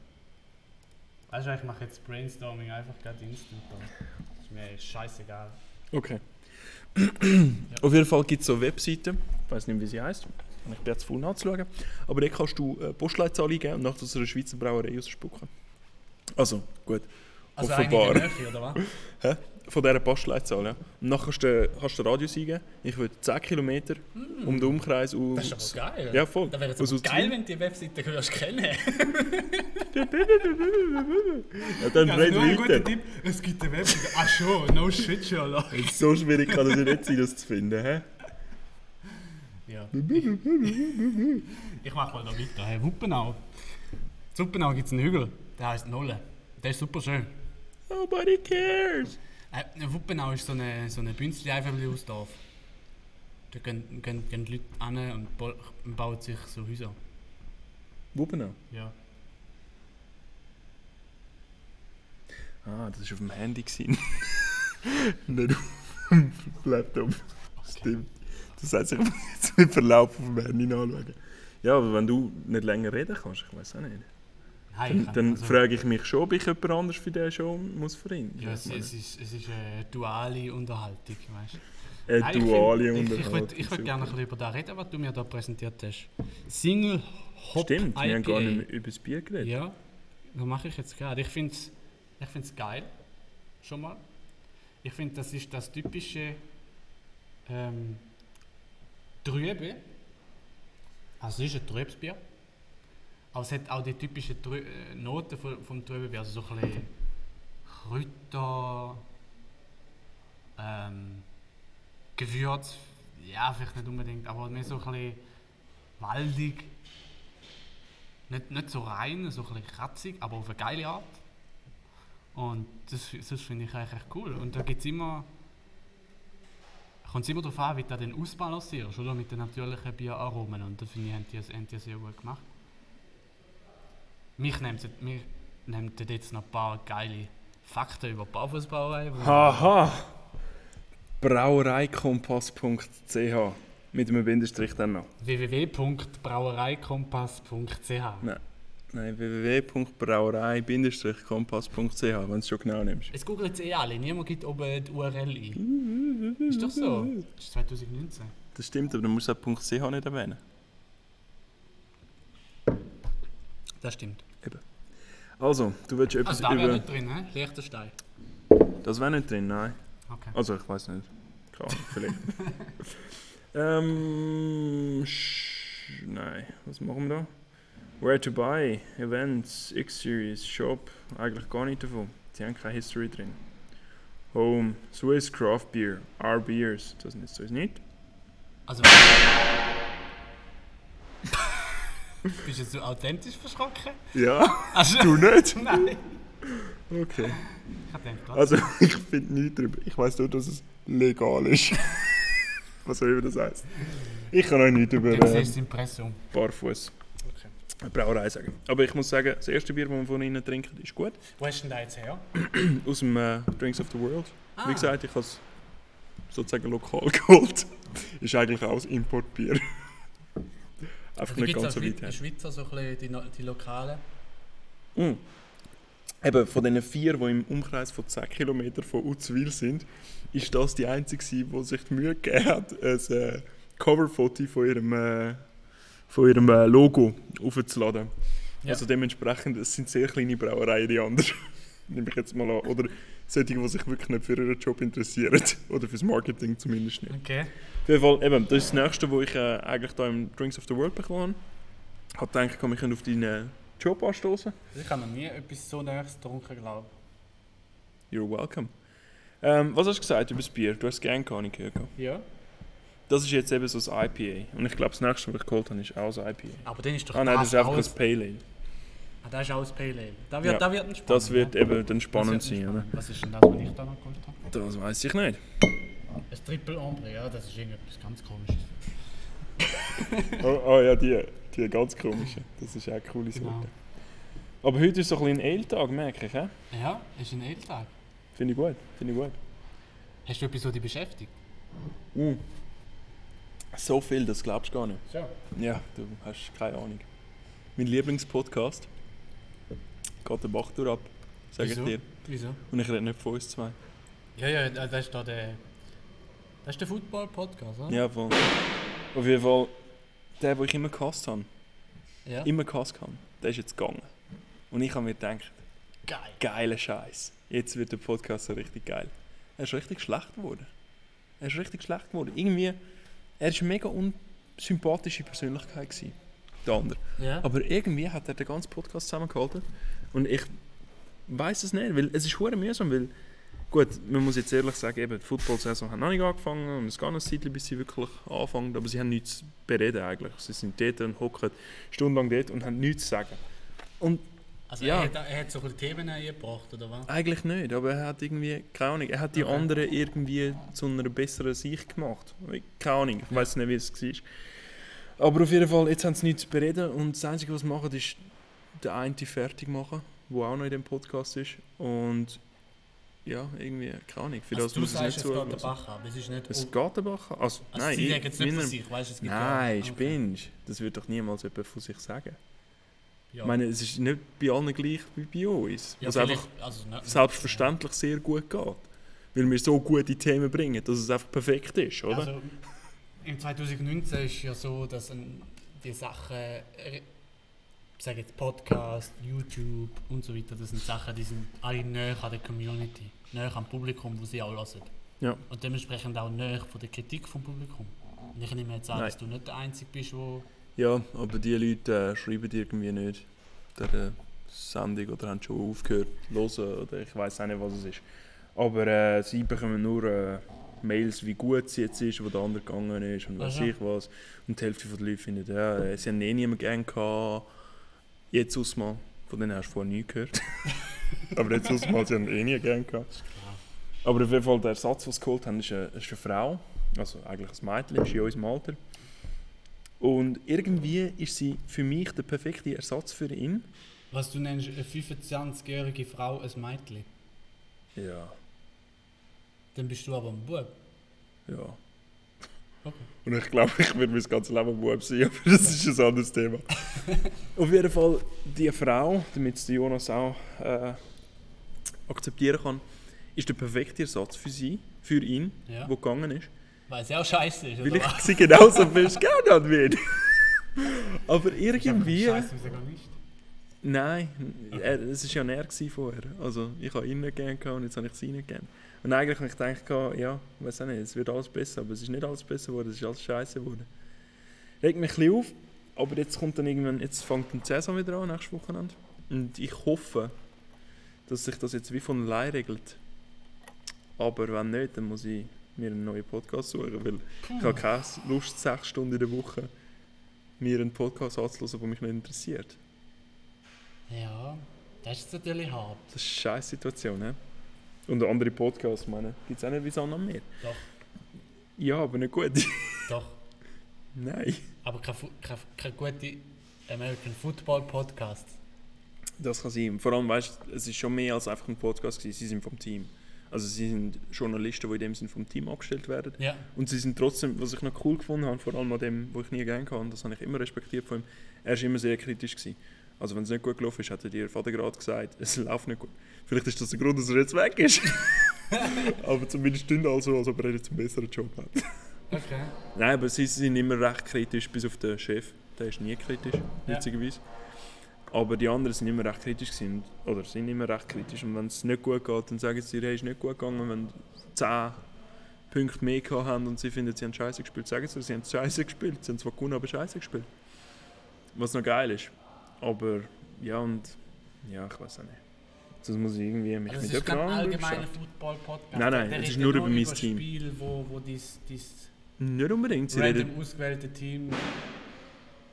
Speaker 1: Weißt du, ich mache jetzt Brainstorming einfach gerade instant. Das ist mir scheißegal.
Speaker 2: Okay. Auf jeden Fall gibt es so Webseiten, ich weiß nicht, wie sie heisst, und ich bin jetzt voll nachzuschauen, aber dort kannst du äh, Postleitzahl eingeben und nachher zu einer Schweizer Brauerei ausspucken. Also, gut.
Speaker 1: Also
Speaker 2: Offenbar.
Speaker 1: eine in der Nähe, oder was?
Speaker 2: Hä? Von dieser Postleitzahl, ja. Und nachher kannst du, kannst du den Radius eingeben. Ich würde 10 Kilometer um den Umkreis aus...
Speaker 1: Mm. Das ist aber geil.
Speaker 2: Ja, voll.
Speaker 1: Da wäre es
Speaker 2: Aus
Speaker 1: aber geil,
Speaker 2: Uzwil.
Speaker 1: wenn du die Webseite würdest kennen
Speaker 2: Ja, dann red
Speaker 1: Also nur ein guter
Speaker 2: weiter.
Speaker 1: Tipp, es gibt eine Webseite. Ach schon, no shit, Sherlock.
Speaker 2: So schwierig kann es ja nicht sein, das zu finden, hä?
Speaker 1: Ja. ich mach mal da weiter. Hey, Wuppenau. In Wuppenau gibt es einen Hügel, der heißt Nolle. Der ist super schön.
Speaker 2: Nobody cares.
Speaker 1: Äh, Wuppenau ist so eine, so eine bünzli Einfamilienhausdorf. Da gehen, gehen, gehen die Leute an und bo- und bauen sich so Häuser.
Speaker 2: Wuppenau.
Speaker 1: Ja.
Speaker 2: Ah, das war auf dem Handy. Gewesen. Nicht auf dem Laptop. Stimmt. Das heißt, ich muss jetzt mit Verlaub auf dem Handy nachschauen. Ja, aber wenn du nicht länger reden kannst, ich weiß auch nicht.
Speaker 1: Nein, ich
Speaker 2: Dann,
Speaker 1: kann-
Speaker 2: dann
Speaker 1: also-
Speaker 2: frage ich mich schon, ob ich jemand anders für diese Show muss verhindern.
Speaker 1: Ja, es, es, ist, es ist eine duale Unterhaltung, weißt du?
Speaker 2: Eine
Speaker 1: Nein, ich find-
Speaker 2: duale
Speaker 1: ich- Ich,
Speaker 2: Unterhaltung.
Speaker 1: würd- ich würde gerne ein bisschen über das reden, was du mir da präsentiert hast. Single Hop
Speaker 2: Stimmt,
Speaker 1: IPA.
Speaker 2: wir haben gar nicht mehr über das Bier geredet.
Speaker 1: Ja, das mache ich jetzt gerade. Ich finde es ich find's geil, schon mal. Ich finde, das ist das typische ähm, Trübe. Also es ist ein trübes Bier. Aber es hat auch die typischen Trü äh, Noten vom, vom trüben Bier. Also so ein bisschen Kräuter, ähm, Gewürz, ja vielleicht nicht unbedingt, aber mehr so ein bisschen waldig. Nicht, nicht so rein, so ein bisschen kratzig, aber auf eine geile Art. Und das, das finde ich eigentlich echt cool. Und da gibt's immer. Kommt immer darauf an, wie du den ausbalancierst, oder? Mit den natürlichen Bieraromen. Und das finde ich, haben die, haben die sehr gut gemacht. Mich nimmt mich nimmt jetzt noch ein paar geile Fakten über die Baufußbauerei. wo-
Speaker 2: Haha! Brauereikompass.ch mit einem Bindestrich dann noch.
Speaker 1: www.brauereikompass.ch
Speaker 2: Nein. Nein, www.brauerei-kompass.ch, wenn du es schon genau nimmst.
Speaker 1: Es googelt es eh alle, niemand gibt oben die URL ein. Ist doch so. Das ist 2019.
Speaker 2: Das stimmt, aber du musst auch .ch nicht erwähnen.
Speaker 1: Das stimmt.
Speaker 2: Also, du willst
Speaker 1: Also
Speaker 2: etwas
Speaker 1: da wäre
Speaker 2: über...
Speaker 1: nicht drin, hä? Liechtenstein.
Speaker 2: Das wäre nicht drin, nein.
Speaker 1: Okay.
Speaker 2: Also, ich weiß nicht. Keine Ahnung, vielleicht. ähm, sch- nein, was machen wir da? Where to buy, Events, X-Series, Shop, eigentlich gar nicht davon. Sie haben keine History drin. Home, Swiss Craft Beer, Our Beers, das ist so nicht.
Speaker 1: Also. Bist du jetzt so authentisch verschrocken?
Speaker 2: Ja,
Speaker 1: Also,
Speaker 2: du nicht?
Speaker 1: nein.
Speaker 2: Okay.
Speaker 1: Ich hab gedacht, was?
Speaker 2: Also, ich finde nichts drüber. Ich weiß nur, dass es legal ist. was auch immer das heißt. Ich kann euch nichts über
Speaker 1: Du
Speaker 2: äh,
Speaker 1: siehst das Impressum.
Speaker 2: Barfuß
Speaker 1: Okay.
Speaker 2: Brauerei sagen. Aber ich muss sagen, das erste Bier, das wir von ihnen trinken, ist gut.
Speaker 1: Wo hast du denn da jetzt her?
Speaker 2: Aus dem äh, Drinks of the World.
Speaker 1: Ah,
Speaker 2: Wie gesagt, ich habe es sozusagen lokal geholt. ist eigentlich auch ein Importbier. Einfach
Speaker 1: also
Speaker 2: nicht
Speaker 1: gibt's
Speaker 2: ganz so
Speaker 1: als
Speaker 2: weit
Speaker 1: Schwe-
Speaker 2: her.
Speaker 1: Schweizer so ein bisschen die, No- die Lokalen.
Speaker 2: Mm. Eben, von diesen vier, die im Umkreis von 10 Kilometern von Uzwil sind, ist das die einzige, gewesen, die sich die Mühe gegeben hat, ein äh, Coverfoto von ihrem, äh, von ihrem äh, Logo aufzuladen.
Speaker 1: Ja.
Speaker 2: Also dementsprechend, es sind sehr kleine Brauereien, die anderen. Nehme ich jetzt mal an. Oder solche, die sich wirklich nicht für ihren Job interessieren. Oder fürs Marketing zumindest nicht.
Speaker 1: Okay.
Speaker 2: Auf jeden Fall, eben, das ist das Nächste, wo ich äh, eigentlich da im Drinks of the World bekommen habe. Ich gedacht, komm, ich könnte auf deinen Job anstoßen.
Speaker 1: Ich habe noch nie etwas so Nächstes getrunken, glaube
Speaker 2: You're welcome. Ähm, was hast du gesagt über das Bier? Du hast es gerne gar nicht gehört. gehabt.
Speaker 1: ich. Ja.
Speaker 2: Das ist jetzt eben so ein IPA. Und ich glaube, das nächste, was ich geholt habe, ist auch ein IPA.
Speaker 1: Aber dann ist doch
Speaker 2: Ah nein, das ist einfach
Speaker 1: auch
Speaker 2: ein Pale Ale.
Speaker 1: Ah, das ist auch das Pale Ale. Da wird,
Speaker 2: Ah,
Speaker 1: da
Speaker 2: Ja.
Speaker 1: wird ein spannend.
Speaker 2: Das wird
Speaker 1: ja?
Speaker 2: eben dann
Speaker 1: Das wird
Speaker 2: spannend
Speaker 1: ein
Speaker 2: sein, oder?
Speaker 1: spannend. Was ist denn das, was ich da noch geholt habe?
Speaker 2: Das weiß ich nicht.
Speaker 1: Ein Triple Ombre, ja, das ist irgendetwas ganz komisches.
Speaker 2: Oh, oh ja, die, die ganz komische. Das ist auch eine coole Sorte.
Speaker 1: Genau.
Speaker 2: Aber heute ist so ein bisschen ein Ale-Tag, merke ich. hä?
Speaker 1: Ja, ist ein Edeltag.
Speaker 2: Finde ich gut, finde ich gut.
Speaker 1: Hast du etwas, was dich beschäftigt?
Speaker 2: Mm. So viel, das glaubst du gar nicht.
Speaker 1: Ja.
Speaker 2: Ja, du hast keine Ahnung. Mein Lieblingspodcast geht der Bach durch ab, sage ich
Speaker 1: Wieso?
Speaker 2: dir.
Speaker 1: Wieso?
Speaker 2: Und ich rede nicht von uns zwei.
Speaker 1: Ja, ja, da- das ist da der. Das ist der Football-Podcast, oder?
Speaker 2: Ja, voll. Auf jeden Fall, der, den ich immer gehasst habe,
Speaker 1: ja.
Speaker 2: immer gehasst habe, der ist jetzt gegangen. Und ich habe mir gedacht,
Speaker 1: Geil.
Speaker 2: geiler Scheiß. Jetzt wird der Podcast so richtig geil. Er ist richtig schlecht geworden. Er ist richtig schlecht geworden. Irgendwie, er ist eine mega unsympathische Persönlichkeit gewesen. Der andere.
Speaker 1: Ja.
Speaker 2: Aber irgendwie hat er den ganzen Podcast zusammengehalten. Und ich weiß es nicht, weil es ist hure mühsam, weil gut, man muss jetzt ehrlich sagen, eben, die Football-Saison hat noch nicht angefangen und es geht noch ein Zeit, bis sie wirklich anfangen, aber sie haben nichts zu bereden eigentlich. Sie sind dort und hocken stundenlang dort und haben nichts zu sagen.
Speaker 1: Also
Speaker 2: ja.
Speaker 1: Er, hat, er hat so viele Themen eingebracht, oder was?
Speaker 2: Eigentlich nicht, aber er hat irgendwie, keine Ahnung, er hat die
Speaker 1: Okay.
Speaker 2: anderen irgendwie zu einer besseren Sicht gemacht. Keine Ahnung, ich weiß nicht, wie es war. Aber auf jeden Fall, jetzt haben sie nichts zu bereden und das Einzige, was sie machen, ist den einen fertig machen, der auch noch in dem Podcast ist. Und ja, irgendwie, keine Ahnung, für das
Speaker 1: also, du
Speaker 2: muss ich
Speaker 1: sagst, es
Speaker 2: nicht
Speaker 1: geht der
Speaker 2: zuhören.
Speaker 1: Bach ab. Es ist nicht.
Speaker 2: Es
Speaker 1: um-
Speaker 2: geht aber auch. Also,
Speaker 1: also
Speaker 2: nein,
Speaker 1: sie
Speaker 2: ich-
Speaker 1: sagen jetzt nicht
Speaker 2: meiner-
Speaker 1: von sich, weißt du? es gibt ja-
Speaker 2: Nein,
Speaker 1: okay.
Speaker 2: spinnst. Das wird doch niemals jemand von sich sagen.
Speaker 1: Ja.
Speaker 2: Ich meine, es ist nicht bei allen gleich wie bei uns.
Speaker 1: ja,
Speaker 2: was einfach
Speaker 1: vielleicht- also, ne,
Speaker 2: selbstverständlich sehr gut geht. Weil wir so gute Themen bringen, dass es einfach perfekt ist, oder?
Speaker 1: Also, im 2019 ist ja so, dass ähm, die Sachen, äh, ich sage jetzt Podcast, YouTube und so weiter, das sind Sachen, die sind alle näher an der Community, näher am Publikum, wo sie auch hören.
Speaker 2: Ja.
Speaker 1: Und dementsprechend auch näher von der Kritik vom Publikum. Und ich nehme jetzt an,
Speaker 2: Nein.
Speaker 1: dass du nicht der Einzige bist, der...
Speaker 2: ja, aber die Leute äh, schreiben dir irgendwie nicht der äh, Sendung oder haben schon aufgehört zu hören oder ich weiß auch nicht, was es ist. Aber äh, sie bekommen nur äh, Mails, wie gut sie jetzt ist, wo der andere gegangen ist und weiß
Speaker 1: Aha.
Speaker 2: ich was. Und die Hälfte der Leute findet, ja, äh, sie haben eh niemanden gern gehabt. Jetzt ausmal, von denen hast du vorher nie gehört. aber jetzt ausmal, sie haben eh nie gern gehabt. Aber auf jeden Fall, der Ersatz, den sie geholt haben, ist eine, ist eine Frau. Also eigentlich ein Mädchen, ist in unserem Alter. Und irgendwie ist sie für mich der perfekte Ersatz für ihn.
Speaker 1: Was du nennst, eine 25-jährige Frau, ein Mädchen.
Speaker 2: Ja.
Speaker 1: Dann bist du aber ein Bub.
Speaker 2: Ja.
Speaker 1: Okay.
Speaker 2: Und ich glaube, ich werde mein ganzes Leben Bub sein, aber das ist ein anderes Thema. Auf jeden Fall, die Frau, damit es der Jonas auch äh, akzeptieren kann, ist der perfekte Ersatz für sie, für ihn,
Speaker 1: Ja.
Speaker 2: wo gegangen ist.
Speaker 1: Weil es ja auch scheiße ist,
Speaker 2: Weil
Speaker 1: oder
Speaker 2: ich
Speaker 1: was?
Speaker 2: sie genauso fest gerne an mir. aber irgendwie...
Speaker 1: Scheiße, wieso gar nicht?
Speaker 2: Nein, er, es war ja näher vorher. Also ich habe ihn nicht gern gehabt und jetzt habe ich sie nicht gern. Und eigentlich habe ich gedacht, gehabt, ja, weiß auch nicht, es wird alles besser, aber es ist nicht alles besser geworden, es ist alles scheiße geworden. Regt mich ein bisschen auf, aber jetzt kommt dann irgendwann, jetzt fängt die Saison wieder an, nächstes Wochenende. Und ich hoffe, dass sich das jetzt wie von allein regelt. Aber wenn nicht, dann muss ich mir einen neuen Podcast suchen, weil ich habe keine Lust, sechs Stunden in der Woche mir einen Podcast anzuhören, der mich nicht interessiert.
Speaker 1: Ja, das ist natürlich hart.
Speaker 2: Das ist eine scheiß Situation, ne? Und andere Podcasts, meine, gibt es auch nicht wie Sand am Meer.
Speaker 1: Doch.
Speaker 2: Ja, aber nicht gut.
Speaker 1: Doch.
Speaker 2: Nein.
Speaker 1: Aber kein, Fu- kein, kein guter American Football Podcast.
Speaker 2: Das kann sein. Vor allem, weißt du, es ist schon mehr als einfach ein Podcast gewesen. Sie sind vom Team. Also sie sind Journalisten, die in dem Sinn vom Team abgestellt werden.
Speaker 1: Ja.
Speaker 2: Und sie sind trotzdem, was ich noch cool gefunden habe, vor allem an dem, wo ich nie gerne kann, das habe ich immer respektiert von ihm, er war immer sehr kritisch. Gewesen. Also wenn es nicht gut gelaufen ist, hat er dir Vater gerade gesagt, es läuft nicht gut. Vielleicht ist das der Grund, dass er jetzt weg ist. aber zumindest klingt also, als ob er jetzt einen besseren Job hat.
Speaker 1: Okay.
Speaker 2: Nein, aber sie sind immer recht kritisch, bis auf den Chef. Der ist nie kritisch,
Speaker 1: Ja.
Speaker 2: witzigerweise. Aber die anderen sind immer recht kritisch gewesen, oder sind immer recht kritisch. Und wenn es nicht gut geht, dann sagen sie dir, hey, ist nicht gut gegangen. Wenn sie 10 Punkte mehr gehabt haben und sie finden, sie haben Scheiße gespielt, sagen sie, sie haben Scheiße gespielt. Sie haben zwar gewonnen, aber Scheiße gespielt. Was noch geil ist. Aber ja, und ja, ich weiß auch nicht. Das muss ich irgendwie mich
Speaker 1: Also es
Speaker 2: mit
Speaker 1: ist kein
Speaker 2: jemand anderem
Speaker 1: allgemeiner
Speaker 2: beschäftigen.
Speaker 1: Football Podcast.
Speaker 2: Nein, nein,
Speaker 1: Der
Speaker 2: es ist
Speaker 1: redet
Speaker 2: nur über mein
Speaker 1: das
Speaker 2: Team.
Speaker 1: Spiel, wo, wo dies, dies
Speaker 2: Nicht unbedingt, sie
Speaker 1: random
Speaker 2: reden
Speaker 1: ausgewählte Team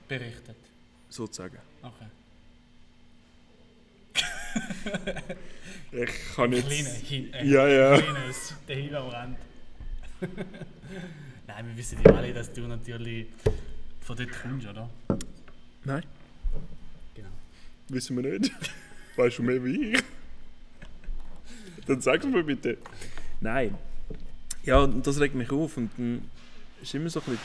Speaker 1: berichtet.
Speaker 2: sozusagen.
Speaker 1: Okay.
Speaker 2: Ich kann
Speaker 1: Kleiner
Speaker 2: jetzt...
Speaker 1: Hin. Äh,
Speaker 2: Ja, ja.
Speaker 1: Kleiner S- der Hin am Rand. nein, wir wissen ja alle, dass du natürlich von dort kommst, oder?
Speaker 2: Nein.
Speaker 1: Genau.
Speaker 2: Wissen wir nicht. Weißt du mehr wie ich? Dann sag's mir bitte. Nein. Ja, und das regt mich auf und dann ist immer so ein bisschen,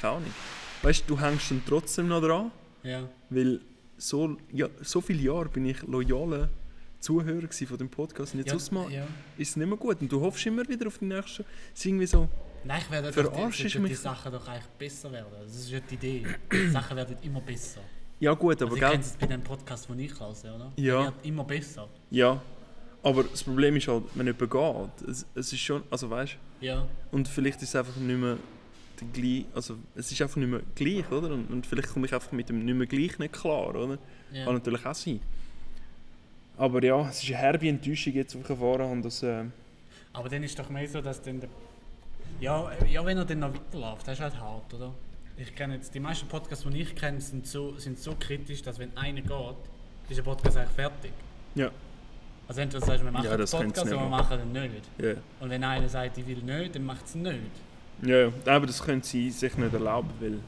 Speaker 2: keine Ahnung. Weißt du, du hängst dann trotzdem noch dran,
Speaker 1: Ja.
Speaker 2: weil so, ja, so viele Jahre bin ich loyaler Zuhörer gewesen von dem Podcast und jetzt
Speaker 1: ja,
Speaker 2: ja, mal
Speaker 1: ja.
Speaker 2: ist es nicht mehr gut und du hoffst immer wieder auf die nächste. Es ist irgendwie so,
Speaker 1: Nein, ich werde
Speaker 2: Verarschst
Speaker 1: die,
Speaker 2: du
Speaker 1: die, die
Speaker 2: mich?
Speaker 1: Sachen doch eigentlich besser werden. Das ist ja die Idee. Die Sachen werden immer besser.
Speaker 2: ja gut, aber
Speaker 1: Aber also,
Speaker 2: gell?
Speaker 1: ihr kennt es bei dem Podcast, den ich lasse, oder?
Speaker 2: Ja.
Speaker 1: Der Wird immer besser.
Speaker 2: Ja. Aber das Problem ist halt, wenn jemand geht, es, es ist schon, also weißt du,
Speaker 1: Ja.
Speaker 2: Und vielleicht ist es einfach nicht mehr der gleich, also es ist einfach nicht mehr gleich, oder? Und, und vielleicht komme ich einfach mit dem nicht mehr gleich nicht klar, oder?
Speaker 1: ja.
Speaker 2: Kann natürlich auch sein. Aber ja, es ist eine herbe Enttäuschung jetzt, die ich erfahren habe, dass... Äh,
Speaker 1: Aber dann ist doch mehr so, dass dann der ja, äh, ja, wenn er dann noch weiterläuft, das ist halt hart, oder? Ich kenne jetzt, die meisten Podcasts, die ich kenne, sind so, sind so kritisch, dass wenn einer geht, ist der Podcast eigentlich fertig.
Speaker 2: ja,
Speaker 1: Also entweder sagst du, wir machen
Speaker 2: Ja,
Speaker 1: den
Speaker 2: das können's
Speaker 1: Podcast
Speaker 2: nicht
Speaker 1: oder wir machen den nicht.
Speaker 2: ja.
Speaker 1: Und wenn einer sagt, ich will nicht, dann macht es nicht.
Speaker 2: Ja, ja. aber das können sie sich nicht erlauben, weil...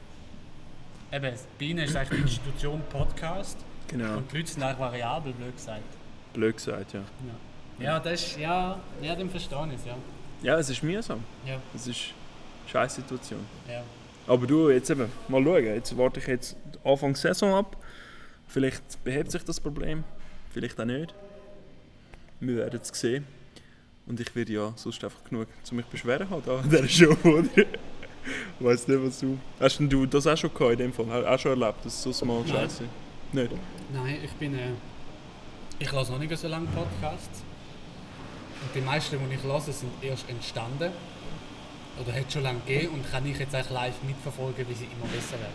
Speaker 1: Eben, es- bei ihnen ist eigentlich die Institution Podcast
Speaker 2: Genau.
Speaker 1: und die Leute sind eigentlich variabel, blöd gesagt.
Speaker 2: Blöd gesagt, ja.
Speaker 1: Ja, das ist, ja, ja, dem verstehe ich es, ja.
Speaker 2: Ja, es ist mühsam.
Speaker 1: Ja,
Speaker 2: Es ist eine scheiß Situation.
Speaker 1: ja.
Speaker 2: Aber du, jetzt eben, mal schauen. Jetzt warte ich jetzt Anfang der Saison ab. Vielleicht behebt sich das Problem, vielleicht auch nicht. Wir werden es sehen. Und ich werde ja sonst einfach genug zu mich beschweren haben da an dieser Show, oder? Ich weiss nicht, was du... Hast denn du das auch schon gehabt in dem Fall? Hast du auch schon erlebt, dass es so mal
Speaker 1: Nein.
Speaker 2: scheiße Nicht?
Speaker 1: Nein, ich bin. Äh, ich lasse noch nicht so lange Podcasts. Und die meisten, die ich lasse, sind erst entstanden. Oder hat schon lange gegeben und kann ich jetzt eigentlich live mitverfolgen, wie sie immer besser werden.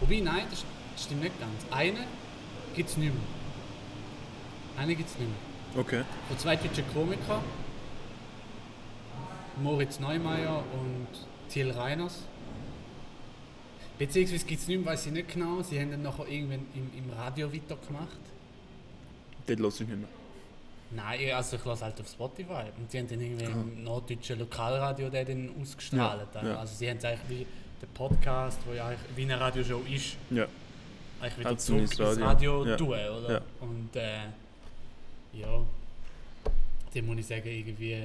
Speaker 1: Wobei, nein, das st- stimmt nicht ganz. Eine gibt es nicht mehr. Eine gibt es nicht mehr.
Speaker 2: Okay.
Speaker 1: Von zwei deutschen Komikern, Moritz Neumeier und Thiel Reiners. Beziehungsweise gibt es nicht mehr, weiß ich nicht genau. Sie haben dann nachher irgendwann im, im Radio weitergemacht.
Speaker 2: Dort lasse ich nicht mehr.
Speaker 1: Nein, ich- also ich lasse halt auf Spotify. Und sie haben dann irgendwie im norddeutschen Lokalradio den dann ausgestrahlt.
Speaker 2: Ah. Ja, ja.
Speaker 1: Also sie haben es eigentlich wie den Podcast, wo ja eigentlich wie eine Radioshow ist,
Speaker 2: Ja.
Speaker 1: eigentlich wieder
Speaker 2: Hat's
Speaker 1: zurück
Speaker 2: Halt ins
Speaker 1: ins Radio,
Speaker 2: Radio. Ja.
Speaker 1: tun, oder?
Speaker 2: Ja.
Speaker 1: Und äh, ja, dann muss ich sagen, irgendwie,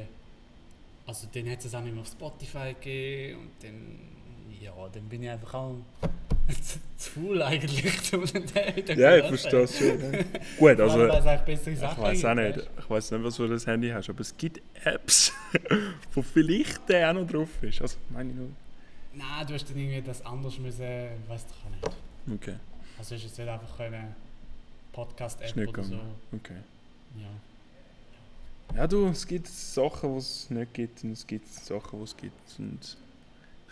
Speaker 1: also dann hat es auch nicht mehr auf Spotify gegeben und dann Ja, dann bin ich einfach auch zu, zu faul eigentlich, um den Tag
Speaker 2: Ja, ich verstehe es schon. ja. Gut, also
Speaker 1: ich weiß eigentlich bessere
Speaker 2: ich
Speaker 1: Sachen.
Speaker 2: weiß auch
Speaker 1: gibt,
Speaker 2: nicht, ich weiß nicht, was du für ein Handy hast, aber es gibt Apps, wo vielleicht der auch noch drauf ist. Also meine ich nur.
Speaker 1: weißt du? Nein, du hast dann irgendwie das anders müssen, weiß doch auch nicht.
Speaker 2: Okay,
Speaker 1: Also hast du jetzt nicht einfach können
Speaker 2: Ist
Speaker 1: Podcast-App
Speaker 2: nicht
Speaker 1: oder so.
Speaker 2: gegangen. okay.
Speaker 1: Ja.
Speaker 2: Ja, du, es gibt Sachen, die es nicht gibt und es gibt Sachen, die es gibt. Und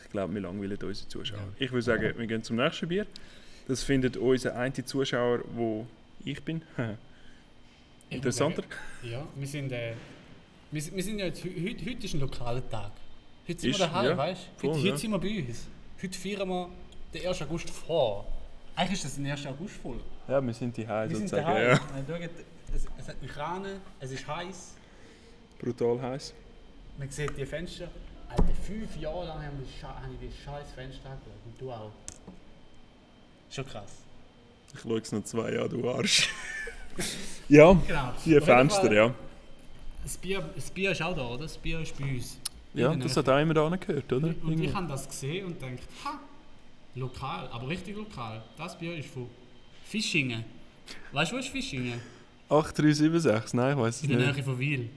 Speaker 2: ich glaube, wir langweilen unsere Zuschauer.
Speaker 1: Ja.
Speaker 2: Ich würde sagen, wir gehen zum nächsten Bier. Das findet unser einziger Zuschauer, wo ich bin.
Speaker 1: Ich
Speaker 2: Interessanter.
Speaker 1: muss Sagen, ja, wir sind, äh, wir, sind- wir sind ja jetzt, hü- heute, heute ist ein lokaler Tag. Heute sind
Speaker 2: Ist-
Speaker 1: wir daheim,
Speaker 2: ja,
Speaker 1: weißt du?
Speaker 2: voll,
Speaker 1: Heute,
Speaker 2: ja.
Speaker 1: heute sind wir bei uns. Heute feiern wir den 1. August vor. Eigentlich ist das ein 1. August voll.
Speaker 2: Ja, wir sind die Hause
Speaker 1: Wir sind
Speaker 2: sozusagen.
Speaker 1: daheim.
Speaker 2: Ja.
Speaker 1: Wir schauen, es, es hat einen Kranen, es ist heiß.
Speaker 2: Brutal heiß.
Speaker 1: Man sieht die Fenster. Alter, fünf Jahre lang haben wir die Sche- habe ich die scheiß Fenster angeschaut. Und du auch. Schon krass.
Speaker 2: Ich schaue es noch zwei Jahre, du Arsch. ja,
Speaker 1: Genau.
Speaker 2: die
Speaker 1: Auf jeden
Speaker 2: Fenster,
Speaker 1: Fall,
Speaker 2: ja.
Speaker 1: Das Bier, das Bier ist auch da, oder? Das Bier ist bei uns.
Speaker 2: Ja,
Speaker 1: Irgendwie.
Speaker 2: das hat auch immer da gehört, oder?
Speaker 1: genau. Und ich habe das gesehen und denkt, ha, lokal, aber richtig lokal. Das Bier ist von Fischingen. Weißt du, wo ist Fischingen?
Speaker 2: 8376, nein, ich weiß es
Speaker 1: In der
Speaker 2: nicht.
Speaker 1: Nähe von Wiel.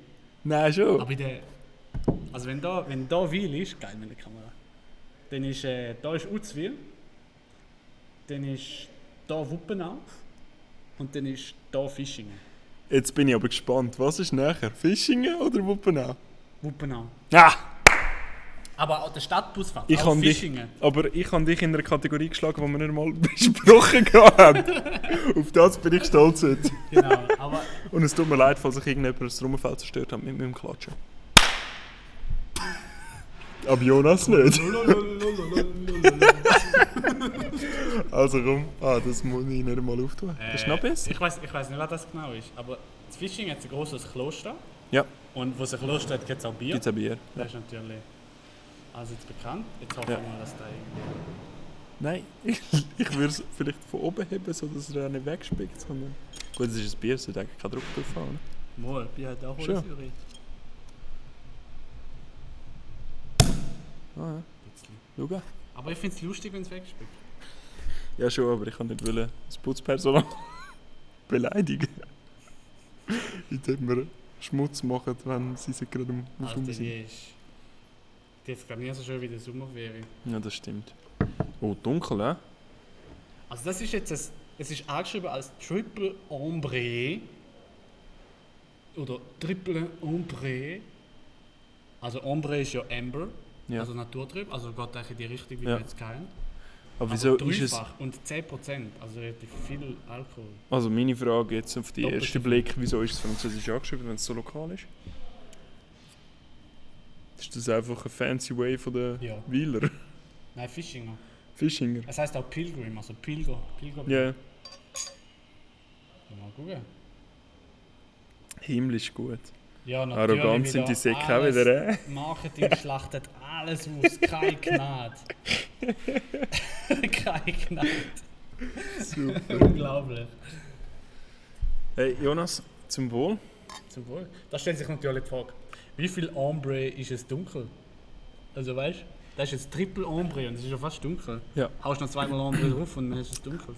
Speaker 2: Nein, schon.
Speaker 1: Aber in der. Also, wenn da, wenn da Wiel ist, geil mit der Kamera. Dann ist. Äh, da ist Uzwil. Dann ist. Da Wuppenau. Und dann ist da Fischingen.
Speaker 2: Jetzt bin ich aber gespannt. Was ist näher? Fischingen oder Wuppenau?
Speaker 1: Wuppenau.
Speaker 2: Ah!
Speaker 1: Aber auch der Stadtbusfahrt.
Speaker 2: Ich
Speaker 1: auch
Speaker 2: kann dich-
Speaker 1: Fischingen.
Speaker 2: Aber ich habe dich in einer Kategorie geschlagen, die wir nicht mal besprochen haben. Auf das bin ich stolz heute.
Speaker 1: Genau. Aber
Speaker 2: Und es tut mir leid, falls ich irgendjemand das Rumfeld zerstört habe mit meinem Klatschen. Aber Jonas nicht. Also komm, ah, das muss ich nicht mal auftun. Das ist noch besser.
Speaker 1: Äh, Ich weiß ich weiss nicht, was das genau ist, aber in Fishing hat ein großes Kloster.
Speaker 2: Ja.
Speaker 1: Und wo es ein Kloster hat, gibt es auch Bier.
Speaker 2: Gibt's ein Bier?
Speaker 1: Das ist natürlich also jetzt bekannt. Jetzt hoffen
Speaker 2: Ja.
Speaker 1: wir, dass da irgendwie...
Speaker 2: Nein, ich, ich würde es vielleicht von oben heben, sodass er auch nicht wegspickt, sondern... Gut, es ist ein Bier, es sollte eigentlich kein Druck drauf haben.
Speaker 1: Mal, Bier hat auch
Speaker 2: Schon.
Speaker 1: Säure. Ein
Speaker 2: ne? Ah, ja.
Speaker 1: bisschen.
Speaker 2: Schau.
Speaker 1: Aber ich finde es lustig, wenn es wegspickt.
Speaker 2: Ja, schon, aber ich kann nicht wollen, das Putzpersonal beleidigen. Indem wir Schmutz machen, wenn sie sich gerade am am
Speaker 1: Also
Speaker 2: Rum sind.
Speaker 1: die ist... Die ist glaube ich nicht so schön wie der Sommerferien.
Speaker 2: Ja, das stimmt. Oh, dunkel, hä?
Speaker 1: Also das ist jetzt... Ein, es ist angeschrieben als Triple Ombre. Oder Triple Ombre. Also Ombre ist ja Amber.
Speaker 2: Ja.
Speaker 1: Also Naturtrieb, also geht eigentlich in die Richtung, wie
Speaker 2: Ja.
Speaker 1: wir jetzt keinen.
Speaker 2: aber
Speaker 1: Aber
Speaker 2: wieso ist es...
Speaker 1: dreifach und 10%, also relativ viel Alkohol.
Speaker 2: Also meine Frage jetzt auf den
Speaker 1: Doppelt so
Speaker 2: ersten Blick, wieso ist es französisch angeschrieben, wenn es so lokal ist? Ist das einfach ein fancy way von den
Speaker 1: Ja.
Speaker 2: Weiler?
Speaker 1: Nein, Fischinger.
Speaker 2: Fischinger?
Speaker 1: Es heißt auch Pilgrim, also Pilger. Pilger.
Speaker 2: Ja,
Speaker 1: Mal gucken.
Speaker 2: himmlisch gut.
Speaker 1: Ja, natürlich.
Speaker 2: Arrogant sind
Speaker 1: wieder
Speaker 2: die Säcke auch wieder,
Speaker 1: alles-
Speaker 2: hä?
Speaker 1: Marketing schlachtet alles aus, keine Gnade. keine Gnade.
Speaker 2: Super.
Speaker 1: Unglaublich.
Speaker 2: Hey Jonas, zum Wohl.
Speaker 1: Zum Wohl. Da stellt sich natürlich die Frage, wie viel Ombre ist es dunkel? Also weißt du, das ist jetzt Triple Ombre und es ist ja fast dunkel.
Speaker 2: Ja.
Speaker 1: Haust noch zweimal Ombre drauf und dann ist es dunkel.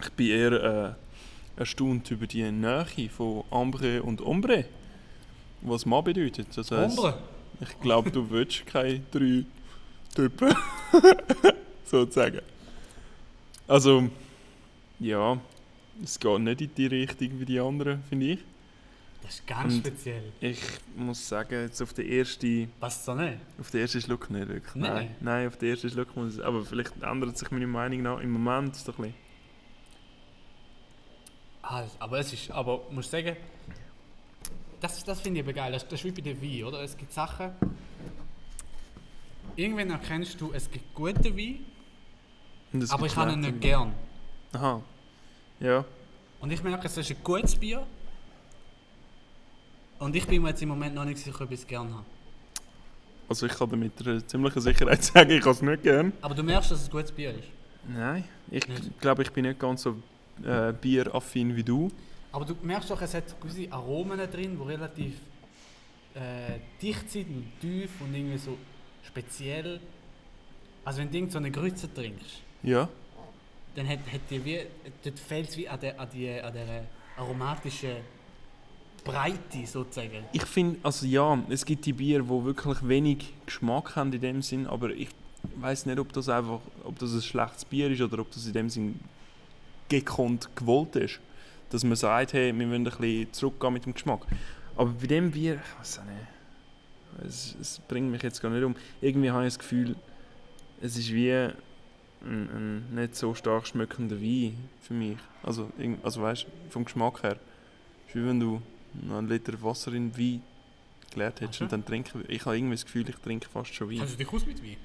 Speaker 2: Ich bin eher äh, erstaunt über die Nähe von Ambre und Ombre. Was mal bedeutet. Das heisst,
Speaker 1: Ombre?
Speaker 2: ich glaube, du willst keine drei Typen. Sozusagen. Also, ja, es geht nicht in die Richtung wie die anderen, finde ich.
Speaker 1: Das ist ganz
Speaker 2: Und-
Speaker 1: speziell.
Speaker 2: Ich muss sagen, jetzt auf den ersten,
Speaker 1: Passt so nicht?
Speaker 2: auf den ersten Schluck nicht wirklich.
Speaker 1: Nein.
Speaker 2: Nein, nein auf den ersten Schluck muss ich. Aber vielleicht ändert sich meine Meinung nach im Moment so ein bisschen.
Speaker 1: Ah, aber es ist, aber muss sagen, das, das finde ich eben geil. Das, das ist wie bei der Wein, oder? Es gibt Sachen. Irgendwann erkennst du, es gibt guten Wein,
Speaker 2: Und es
Speaker 1: aber
Speaker 2: gibt
Speaker 1: ich habe ihn
Speaker 2: schlechte
Speaker 1: nicht
Speaker 2: Weine.
Speaker 1: gern.
Speaker 2: Aha. Ja.
Speaker 1: Und ich merke, es ist ein gutes Bier. Und ich bin mir jetzt im Moment noch nicht sicher, ob ich es gern habe.
Speaker 2: Also ich kann dir mit einer ziemlicher Sicherheit sagen, ich kann es nicht gern.
Speaker 1: Aber du merkst, dass es ein gutes Bier ist.
Speaker 2: Nein, ich
Speaker 1: Nicht?
Speaker 2: glaube, ich bin nicht ganz so äh, bieraffin wie du.
Speaker 1: Aber du merkst doch, es hat gewisse Aromen drin, die relativ äh, dicht sind und tief und irgendwie so speziell. Also wenn du irgend so eine Grütze trinkst,
Speaker 2: Ja.
Speaker 1: dann hat, hat die wie, dort fehlt es wie an der, an, die, an der aromatischen Breite sozusagen.
Speaker 2: Ich finde, also ja, es gibt die Bier, wo wirklich wenig Geschmack haben in dem Sinn, aber ich weiß nicht, ob das einfach, ob das ein schlechtes Bier ist oder ob das in dem Sinn gekonnt gewollt ist, dass man sagt, hey, wir wollen ein bisschen zurückgehen mit dem Geschmack. Aber bei dem Bier, ich weiß auch nicht, es, es bringt mich jetzt gar nicht um. Irgendwie habe ich das Gefühl, es ist wie ein, ein nicht so stark schmeckender Wein für mich. Also, irgend- also weißt, vom Geschmack her, ist wie wenn du noch einen Liter Wasser in Wein geleert hättest
Speaker 1: Aha.
Speaker 2: und dann trinken. Ich habe irgendwie das Gefühl, ich trinke fast schon Wein.
Speaker 1: Kannst du dich aus mit Wein?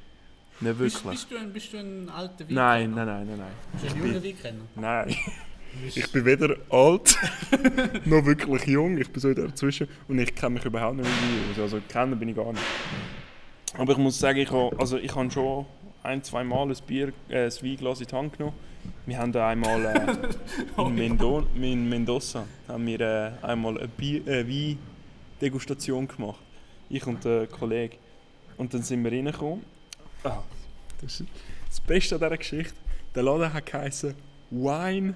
Speaker 2: Nicht
Speaker 1: Bist,
Speaker 2: wirklich.
Speaker 1: bist, du ein, bist du ein alter Weinkenner?
Speaker 2: Nein, nein, nein, nein, nein.
Speaker 1: Bist du ein junger Weinkenner?
Speaker 2: Nein. Ich bin weder alt noch wirklich jung. Ich bin so dazwischen und ich kenne mich überhaupt nicht mit Wein aus. Also kennen bin ich gar nicht. Aber ich muss sagen, ich habe also ich habe schon ein, zwei Mal ein Bier, äh, ein Weinglas in die Hand genommen. Wir haben da einmal äh, in, Mendo in Mendoza haben wir, äh, einmal eine Bier, äh, Weindegustation gemacht. Ich und der Kollege. Und dann sind wir reingekommen. Ah, das, ist das Beste an dieser Geschichte. Der Laden hat geheißen Wine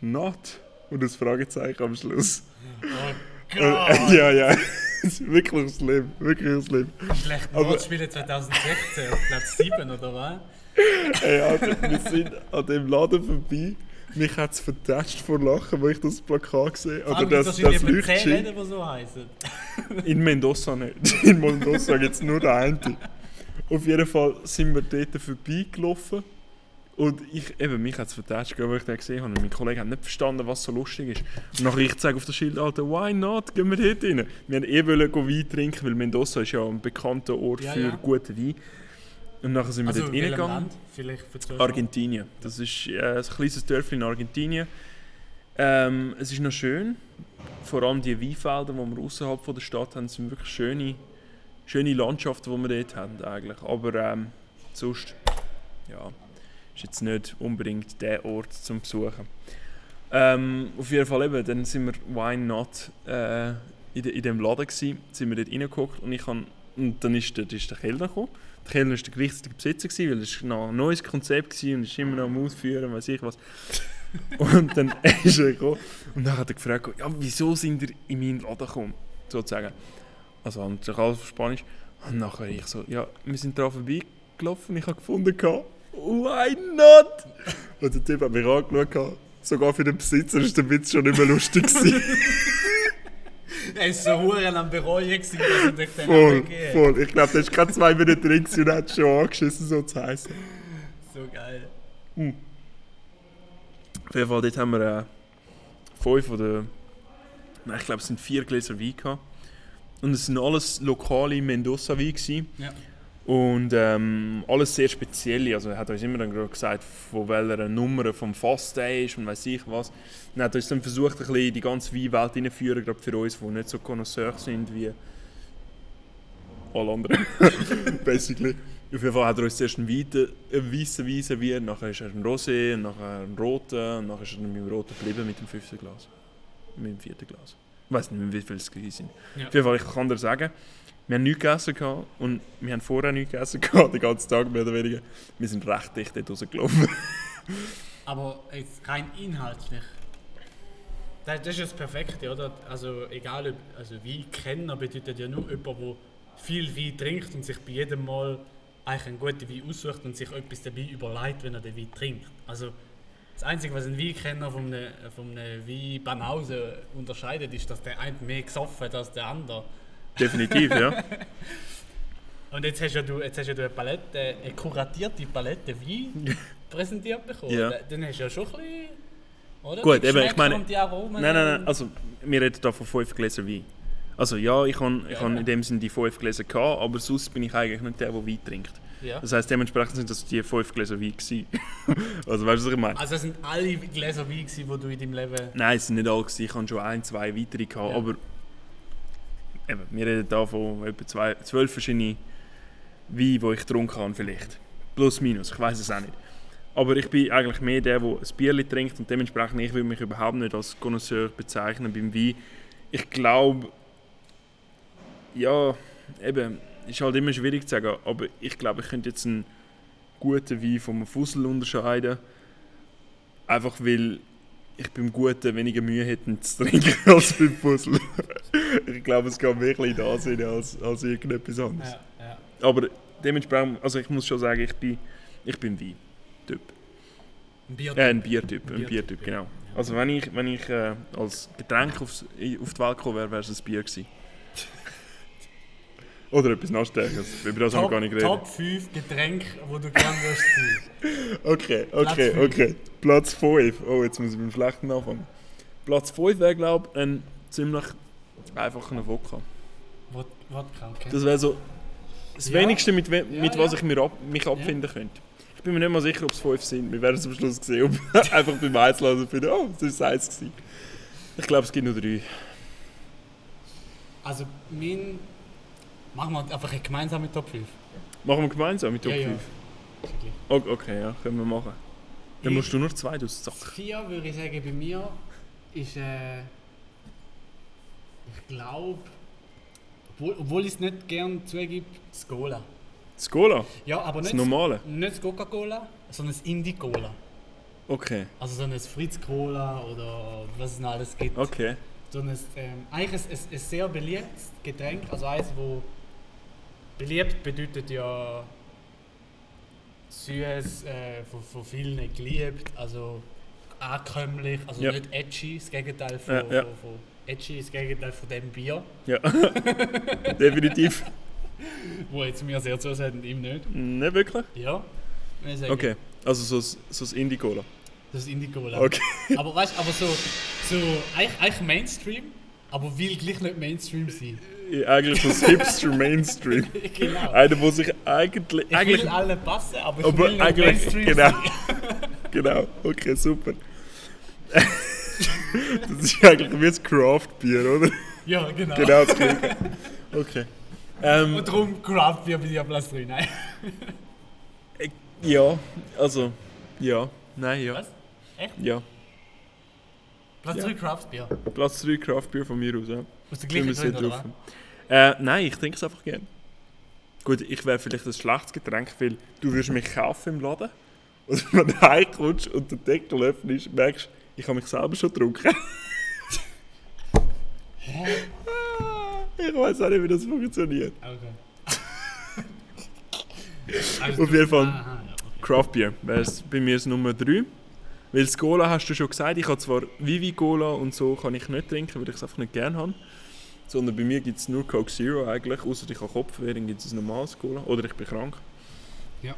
Speaker 2: Not und ein Fragezeichen am Schluss.
Speaker 1: Oh
Speaker 2: Äh,
Speaker 1: Gott!
Speaker 2: ja, ja. Es ist wirklich schlimm. Wirklich schlimm.
Speaker 1: Schlecht
Speaker 2: Aber-
Speaker 1: Wortspiele 2016 auf Platz 7 oder was?
Speaker 2: Ey, Alter, wir sind an dem Laden vorbei. Mich hat es vertätscht vor Lachen, weil ich das Plakat gesehen
Speaker 1: Vor
Speaker 2: habe.
Speaker 1: allem
Speaker 2: Oder das,
Speaker 1: gibt's
Speaker 2: das
Speaker 1: wahrscheinlich etwa 10
Speaker 2: Leuchtschild.
Speaker 1: Läden, die so heißen.
Speaker 2: In Mendoza nicht. In Mendoza gibt es nur den einen. Auf jeden Fall sind wir dort vorbeigelaufen. Und ich, eben, mich hat es vertätscht, weil ich den gesehen habe. Und mein Kollege hat nicht verstanden, was so lustig ist. Und nachher ich zeige auf das Schild, Alter, why not? Gehen wir dort rein. Wir haben eh wollen go Wein trinken, weil Mendoza ist ja ein bekannter Ort
Speaker 1: Ja,
Speaker 2: für
Speaker 1: ja.
Speaker 2: guten Wein. Und nachher sind wir
Speaker 1: Also
Speaker 2: dort
Speaker 1: in welchem
Speaker 2: reingegangen.
Speaker 1: Land? Vielleicht für die Zuhörer.
Speaker 2: Argentinien. Das ist äh, ein kleines Dörfchen in Argentinien. Ähm, es ist noch schön. Vor allem die Weinfelder, die wir außerhalb von der Stadt haben, sind wirklich schöne, schöne Landschaften, die wir dort haben eigentlich. Aber ähm, sonst, ja, ist jetzt nicht unbedingt der Ort zum Besuchen. Ähm, auf jeden Fall eben, dann sind wir Why Not äh, in, de, in dem Laden gewesen, sind wir dort reingeguckt und ich kann, und dann ist, dort ist der Kellner gekommen. Der Kellner war der richtige Besitzer, gewesen, weil es war noch ein neues Konzept gewesen und ist immer noch am Ausführen, weiß ich was. und dann ist er gekommen und dann hat er gefragt, ja, wieso sind ihr in meinen Laden gekommen, sozusagen. Also natürlich alles auf Spanisch. Und nachher ich so, ja, wir sind dran vorbeigelaufen, ich habe gefunden, gehabt, why not? Und der Typ hat mich angeschaut, gehabt. sogar für den Besitzer war der Witz schon nicht mehr lustig. gewesen.
Speaker 1: Er ist so hure am Bereuen, gewesen, dass er durch den
Speaker 2: voll,
Speaker 1: Abend
Speaker 2: voll. Ich glaube, das war keine zwei Minuten drin gewesen und er hat schon angeschissen, so zu heißen.
Speaker 1: So geil.
Speaker 2: Auf jeden Fall, dort haben wir äh, fünf oder. Nein, ich glaube, es sind vier Gläser Wein gehabt. Und es sind alles lokale Mendoza-Wein. gewesen.
Speaker 1: Ja.
Speaker 2: Und ähm, alles sehr speziell. Also er hat uns immer dann gerade gesagt, von welcher Nummer vom Fass der ist und weiß ich was. Und hat uns dann versucht, ein bisschen die ganze Weinwelt hineinzuführen, gerade für uns, die nicht so Connoisseur sind wie alle anderen. Basically. Auf jeden Fall hat er uns zuerst einen weiten- einen weißen Wein serviert, nachher ist er ein Rosé, und nachher einen roten, und nachher ist er mit dem roten geblieben mit dem fünften Glas. Mit dem vierten Glas. Ich weiß nicht mehr, wie viele es gewesen sind.
Speaker 1: Ja.
Speaker 2: Auf jeden Fall, ich kann dir sagen, wir haben nichts gegessen gehabt und wir haben vorher nichts gegessen gehabt, den ganzen Tag mehr oder weniger. Wir sind recht dicht dort rausgelaufen.
Speaker 1: Aber jetzt rein inhaltlich. Das, das ist ja das Perfekte, oder? Also egal, ob, also Weinkenner bedeutet ja nur jemand, der viel Wein trinkt und sich bei jedem Mal eigentlich einen guten Wein aussucht und sich etwas dabei überlegt, wenn er den Wein trinkt. Also das Einzige, was ein Weinkenner von einem, von einem Weinbanause unterscheidet, ist, dass der eine mehr gesoffen hat als der andere.
Speaker 2: Definitiv, ja.
Speaker 1: Und jetzt hast ja du, jetzt hast ja du eine Palette, eine kuratierte Palette Wein präsentiert bekommen.
Speaker 2: Ja.
Speaker 1: Da- Dann hast du ja schon ein bisschen, oder?
Speaker 2: Gut,
Speaker 1: Die
Speaker 2: eben, ich
Speaker 1: Geschmäcker
Speaker 2: meine-
Speaker 1: Und die Aromen.
Speaker 2: Nein, nein, nein, also wir reden hier von fünf Gläsern Wein. Also ja, ich habe ich han in dem Sinne die fünf Gläser gehabt, aber sonst bin ich eigentlich nicht der, der Wein trinkt.
Speaker 1: Ja.
Speaker 2: Das heisst, dementsprechend sind das die fünf Gläser Wein gewesen. also weißt du, was ich meine?
Speaker 1: Also das sind alle Gläser Wein, gewesen, die du in deinem Leben...
Speaker 2: Nein, es sind nicht alle gewesen. Ich habe schon ein, zwei weitere gehabt,
Speaker 1: Ja.
Speaker 2: aber eben, wir reden hier von etwa zwei, zwölf verschiedene Weine, die ich getrunken habe vielleicht. Plus, minus, ich weiß es auch nicht. Aber ich bin eigentlich mehr der, der ein Bierli trinkt und dementsprechend ich will mich überhaupt nicht als Connoisseur bezeichnen beim Wein. Ich glaube, ja, eben, ist halt immer schwierig zu sagen, aber ich glaube, ich könnte jetzt einen guten Wein vom Fussel unterscheiden. Einfach weil ich beim Guten weniger Mühe hätte zu trinken als beim Fussel. ich glaube, es geht wirklich da sein als, als irgendetwas anderes.
Speaker 1: Ja, ja.
Speaker 2: Aber dementsprechend, also ich muss schon sagen, ich bin, ich bin Wein-Typ.
Speaker 1: Ein Bier
Speaker 2: Äh, ein Biertyp, ein
Speaker 1: Biertyp,
Speaker 2: Biertyp,
Speaker 1: ja.
Speaker 2: genau. Also wenn ich, wenn ich äh, als Getränk aufs, i- auf die Welt gekommen wäre, wäre es ein Bier gewesen. Oder etwas noch Stärkeres. Über das haben wir
Speaker 1: Top,
Speaker 2: gar nicht geredet.
Speaker 1: Top 5 Getränke, wo du gerne wirst sein.
Speaker 2: Okay,
Speaker 1: Platz
Speaker 2: okay,
Speaker 1: fünf.
Speaker 2: okay. Platz 5. Oh, jetzt muss ich beim Schlechten anfangen. Platz 5 wäre, glaube ich, ein ziemlich einfacher Wodka.
Speaker 1: Wod- Wodka, okay.
Speaker 2: Das wäre so das
Speaker 1: Ja.
Speaker 2: Wenigste, mit, we
Speaker 1: Ja,
Speaker 2: mit was
Speaker 1: ja.
Speaker 2: ich mir ab mich abfinden könnte. Ich bin mir nicht mal sicher, ob es fünf sind. Wir werden es am Schluss sehen, ob wir einfach beim Einzelhandel finden, oh, es ist eins gewesen. Ich glaube, es gibt nur drei.
Speaker 1: Also mein... Machen wir einfach eine gemeinsame Top 5.
Speaker 2: Machen wir gemeinsam mit Top
Speaker 1: Ja, ja.
Speaker 2: 5?
Speaker 1: Ist ja gleich.
Speaker 2: Okay, okay, ja, können wir machen. Dann
Speaker 1: Ich-
Speaker 2: musst du nur zwei draus
Speaker 1: Das
Speaker 2: zacken.
Speaker 1: 4 würde ich sagen, bei mir ist. Äh, ich glaube. Obwohl, obwohl ich es nicht gern zugebe, das Cola.
Speaker 2: Das Cola,
Speaker 1: Ja, aber
Speaker 2: das
Speaker 1: nicht,
Speaker 2: normale.
Speaker 1: nicht das Coca-Cola, sondern das Indie-Cola.
Speaker 2: Okay,
Speaker 1: Also so ein Fritz-Cola oder was es noch alles gibt.
Speaker 2: okay.
Speaker 1: So ein, ähm, eigentlich ein, ein, ein sehr beliebtes Getränk. Also eins, wo. Beliebt bedeutet ja. Süß, äh, von, von vielen geliebt. Also ankömmlich, also
Speaker 2: Ja.
Speaker 1: nicht edgy, das Gegenteil von,
Speaker 2: Ja, ja.
Speaker 1: von, von edgy, ist das Gegenteil von dem Bier,
Speaker 2: Ja, definitiv.
Speaker 1: wo jetzt mir sehr zusagt und ihm nicht.
Speaker 2: Nicht wirklich?
Speaker 1: Ja. Ich sage,
Speaker 2: Okay, also so, s- so das Indie-Cola.
Speaker 1: Das ist Indie-Cola.
Speaker 2: Okay.
Speaker 1: Aber weißt aber so, so eigentlich, eigentlich Mainstream, aber will gleich nicht Mainstream sein.
Speaker 2: Eigentlich so das Hipster-Mainstream.
Speaker 1: genau.
Speaker 2: Einer, der sich eigentlich...
Speaker 1: Ich
Speaker 2: eigentlich
Speaker 1: will allen passen, aber ich
Speaker 2: Aber
Speaker 1: will nicht
Speaker 2: eigentlich,
Speaker 1: Mainstream
Speaker 2: genau.
Speaker 1: sein.
Speaker 2: genau, okay, super. das ist eigentlich wie das Craft-Bier, oder?
Speaker 1: Ja, genau.
Speaker 2: Genau, das Gleiche. Okay. Ähm,
Speaker 1: Und darum Craft Beer bei dir Platz 3. Nein.
Speaker 2: äh, ja, also, ja, nein, ja.
Speaker 1: Was? Echt?
Speaker 2: Ja,
Speaker 1: Platz
Speaker 2: Ja.
Speaker 1: 3 Craft Beer.
Speaker 2: Platz 3 Craft-Bier von mir aus, ja.
Speaker 1: Aus der
Speaker 2: Wenn wir
Speaker 1: gleichen
Speaker 2: es hier
Speaker 1: Gründe, oder was?
Speaker 2: drauf haben. Äh, nein, ich trinke es einfach gerne. Gut, ich wäre vielleicht ein schlechtes Getränk, weil du würdest mich kaufen im Laden und wenn du heimkommst und den Deckel öffnest, merkst du, ich habe mich selber schon getrunken. Ah,
Speaker 1: Hä?
Speaker 2: ich weiß auch nicht, wie das funktioniert.
Speaker 1: Ah, Okay. also
Speaker 2: Auf jeden Fall.
Speaker 1: Aha, ja, okay.
Speaker 2: Craft Beer wäre bei mir das Nummer 3. Weil das Cola hast du schon gesagt, ich habe zwar Vivi Cola und so kann ich nicht trinken, weil ich es einfach nicht gerne habe. Sondern bei mir gibt es nur Coke Zero eigentlich, außer ich habe Kopfweh, dann gibt es ein normales Cola oder ich bin krank.
Speaker 1: Ja.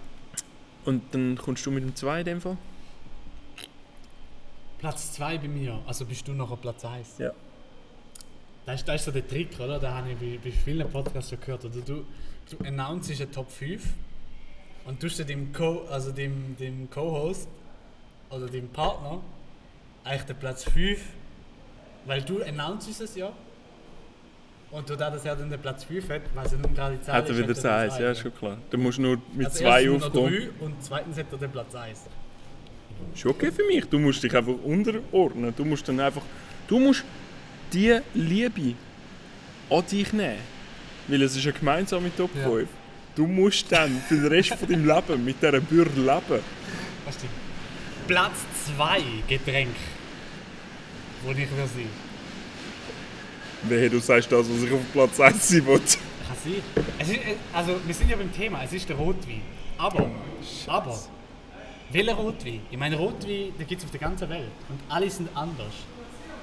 Speaker 2: Und dann kommst du mit dem 2 in dem Fall?
Speaker 1: Platz 2 bei mir, also bist du noch auf Platz 1.
Speaker 2: Ja.
Speaker 1: Das ist, das ist so der Trick, oder? Da habe ich bei, bei vielen Podcasts schon gehört. Oder du, du announcest eine Top 5 und tust dir dem Co-Host also dem, dem Co oder dem Partner eigentlich den Platz 5, weil du announcest es ja. Und dadurch, dass er dann den Platz 5 hat, weil er nun gerade die Zahl
Speaker 2: Hat er
Speaker 1: ist,
Speaker 2: wieder
Speaker 1: den
Speaker 2: 2,
Speaker 1: Platz
Speaker 2: ja,
Speaker 1: eins,
Speaker 2: ist schon klar. Dann musst du nur mit
Speaker 1: Also
Speaker 2: 2
Speaker 1: erstens nur
Speaker 2: aufkommen.
Speaker 1: drei Und zweitens hat er den Platz 1.
Speaker 2: Ist okay für mich, du musst dich einfach unterordnen. Du musst dann einfach, du musst die Liebe an dich nehmen. Weil es ist eine gemeinsame Top
Speaker 1: Ja.
Speaker 2: 5. Du musst dann für den Rest von deinem Leben mit dieser Bürde leben.
Speaker 1: Was stimmt? Platz 2 Getränk. Wo ich will sein.
Speaker 2: Wehe, du sagst das, was ich auf Platz 1 sein will.
Speaker 1: Kann sein. Es ist, äh, also, wir sind ja beim Thema, es ist der Rotwein. Aber, aber, welcher Rotwein? Ich meine, Rotwein, den gibt es auf der ganzen Welt. Und alle sind anders.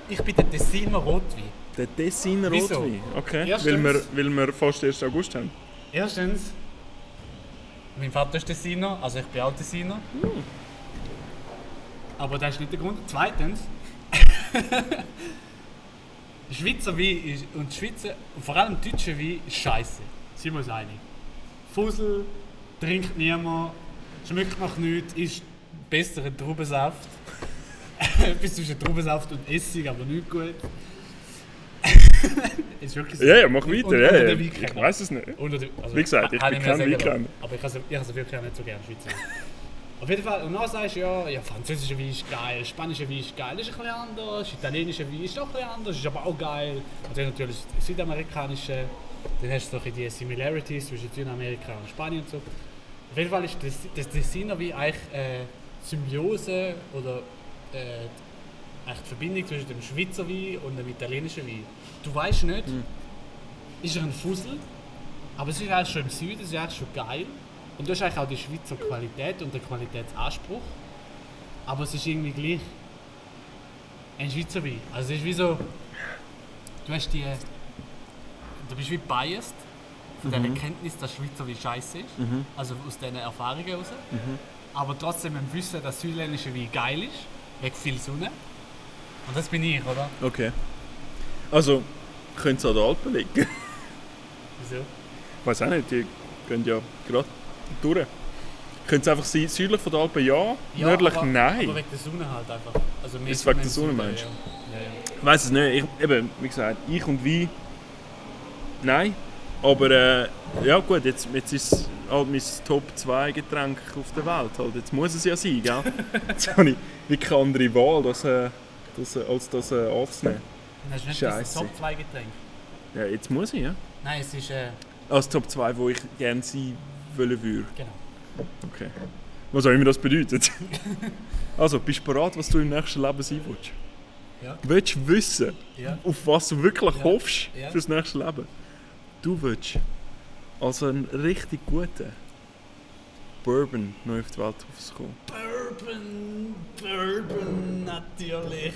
Speaker 1: Ich bin der Tessiner Rotwein.
Speaker 2: Der Tessin
Speaker 1: Wieso?
Speaker 2: Rotwein. Okay, weil
Speaker 1: Erstens-
Speaker 2: wir, weil wir fast 1. August haben.
Speaker 1: Erstens, mein Vater ist Tessiner, also ich bin auch Tessiner.
Speaker 2: Hm.
Speaker 1: Aber das ist nicht der Grund. Zweitens, Schweizer Wein ist, und Schweizer, und vor allem deutscher Wein ist scheiße. Sind wir uns einig. Fussel, trinkt niemand, schmeckt nach nichts, ist besser ein Traubensaft. Etwas zwischen Traubensaft und Essig, aber nicht gut. ist wirklich so.
Speaker 2: Ja, ja, mach weiter.
Speaker 1: Und- und
Speaker 2: ja, ja.
Speaker 1: der Wein
Speaker 2: Ich
Speaker 1: kennt man.
Speaker 2: weiß es nicht.
Speaker 1: Unter die- also,
Speaker 2: Wie gesagt, ich
Speaker 1: kann
Speaker 2: bin
Speaker 1: mir
Speaker 2: kein
Speaker 1: sagen,
Speaker 2: Weinkenner.
Speaker 1: Aber ich habe ich has wirklich auch nicht so gerne Schweizer. Auf jeden Fall, und dann sagst du ja, ja französischer Wein ist geil, spanischer Wein ist geil, ist ein bisschen anders, italienischer Wein ist auch ein bisschen anders, ist aber auch geil. Und dann natürlich südamerikanische, dann hast du so ein bisschen die Similarities zwischen Südamerika und Spanien und so. Auf jeden Fall ist das, das Designer wie eigentlich äh, Symbiose oder äh, eigentlich die Verbindung zwischen dem Schweizer Wein und dem italienischen Wein. Du weißt nicht,
Speaker 2: Mhm.
Speaker 1: ist er ein Fussel, aber es ist eigentlich schon im Süden, es ist eigentlich schon geil. Und du hast eigentlich auch die Schweizer Qualität und den Qualitätsanspruch. Aber es ist irgendwie gleich ein Schweizer Wein. Also es ist wie so, du hast die, du bist wie biased von der Erkenntnis, dass Schweizer Wein scheiße ist. Also aus diesen Erfahrungen heraus. Aber trotzdem im Wissen, dass südländische Wein geil ist, wegen viel Sonne. Und das bin ich, oder?
Speaker 2: Okay. Also, können sie an der Alpen liegen?
Speaker 1: Wieso?
Speaker 2: weiß auch nicht, die gehen ja gerade durch. Könnte es einfach sein, südlich von der Alpen ja, nördlich
Speaker 1: aber,
Speaker 2: nein.
Speaker 1: Aber wegen der Sonne halt einfach. Also mehr
Speaker 2: Ist wegen der Sonne,
Speaker 1: im Süden,
Speaker 2: meinst du?
Speaker 1: Ja. Ja, ja.
Speaker 2: Ich weiß es nicht. Ich, eben, wie gesagt, ich und wie. Nein. Aber äh, ja gut, jetzt, jetzt ist es halt mein Top 2 Getränk auf der Welt. Halt. Jetzt muss es ja sein, gell? Jetzt habe ich wirklich eine andere Wahl, das, äh, das, äh, als das äh, anzunehmen.
Speaker 1: Und hast du nicht
Speaker 2: Scheisse.
Speaker 1: das Top 2 Getränk?
Speaker 2: Ja, jetzt muss ich, ja.
Speaker 1: Nein, es ist. Äh,
Speaker 2: Als Top 2, wo ich gerne sein wollen würde.
Speaker 1: genau.
Speaker 2: Okay. Was auch immer das bedeutet. also, bist du bereit, was du im nächsten Leben sein willst?
Speaker 1: Ja.
Speaker 2: Willst du wissen,
Speaker 1: Ja.
Speaker 2: auf was du wirklich
Speaker 1: Ja.
Speaker 2: hoffst
Speaker 1: Ja.
Speaker 2: fürs nächste Leben? Du willst als ein richtig guter Bourbon neu auf die Welt rauskommen.
Speaker 1: Bourbon, Bourbon, natürlich,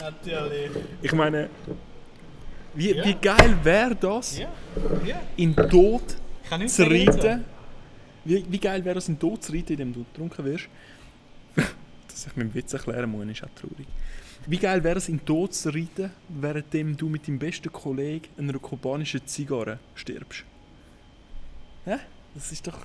Speaker 1: natürlich.
Speaker 2: Ich meine, wie,
Speaker 1: Ja.
Speaker 2: wie geil wäre das,
Speaker 1: Ja, ja.
Speaker 2: in den Tod
Speaker 1: Ich kann nichts
Speaker 2: zu
Speaker 1: dagegen sagen.
Speaker 2: reiten? Wie, wie geil wäre das, in den Tod zu reiten, indem du getrunken wirst? Dass ich mit dem Witz erklären muss, ist auch traurig. Wie geil wäre es, in den Tod zu reiten, währenddem du mit deinem besten Kollegen einer kubanischen Zigarre stirbst? Hä? Das ist doch...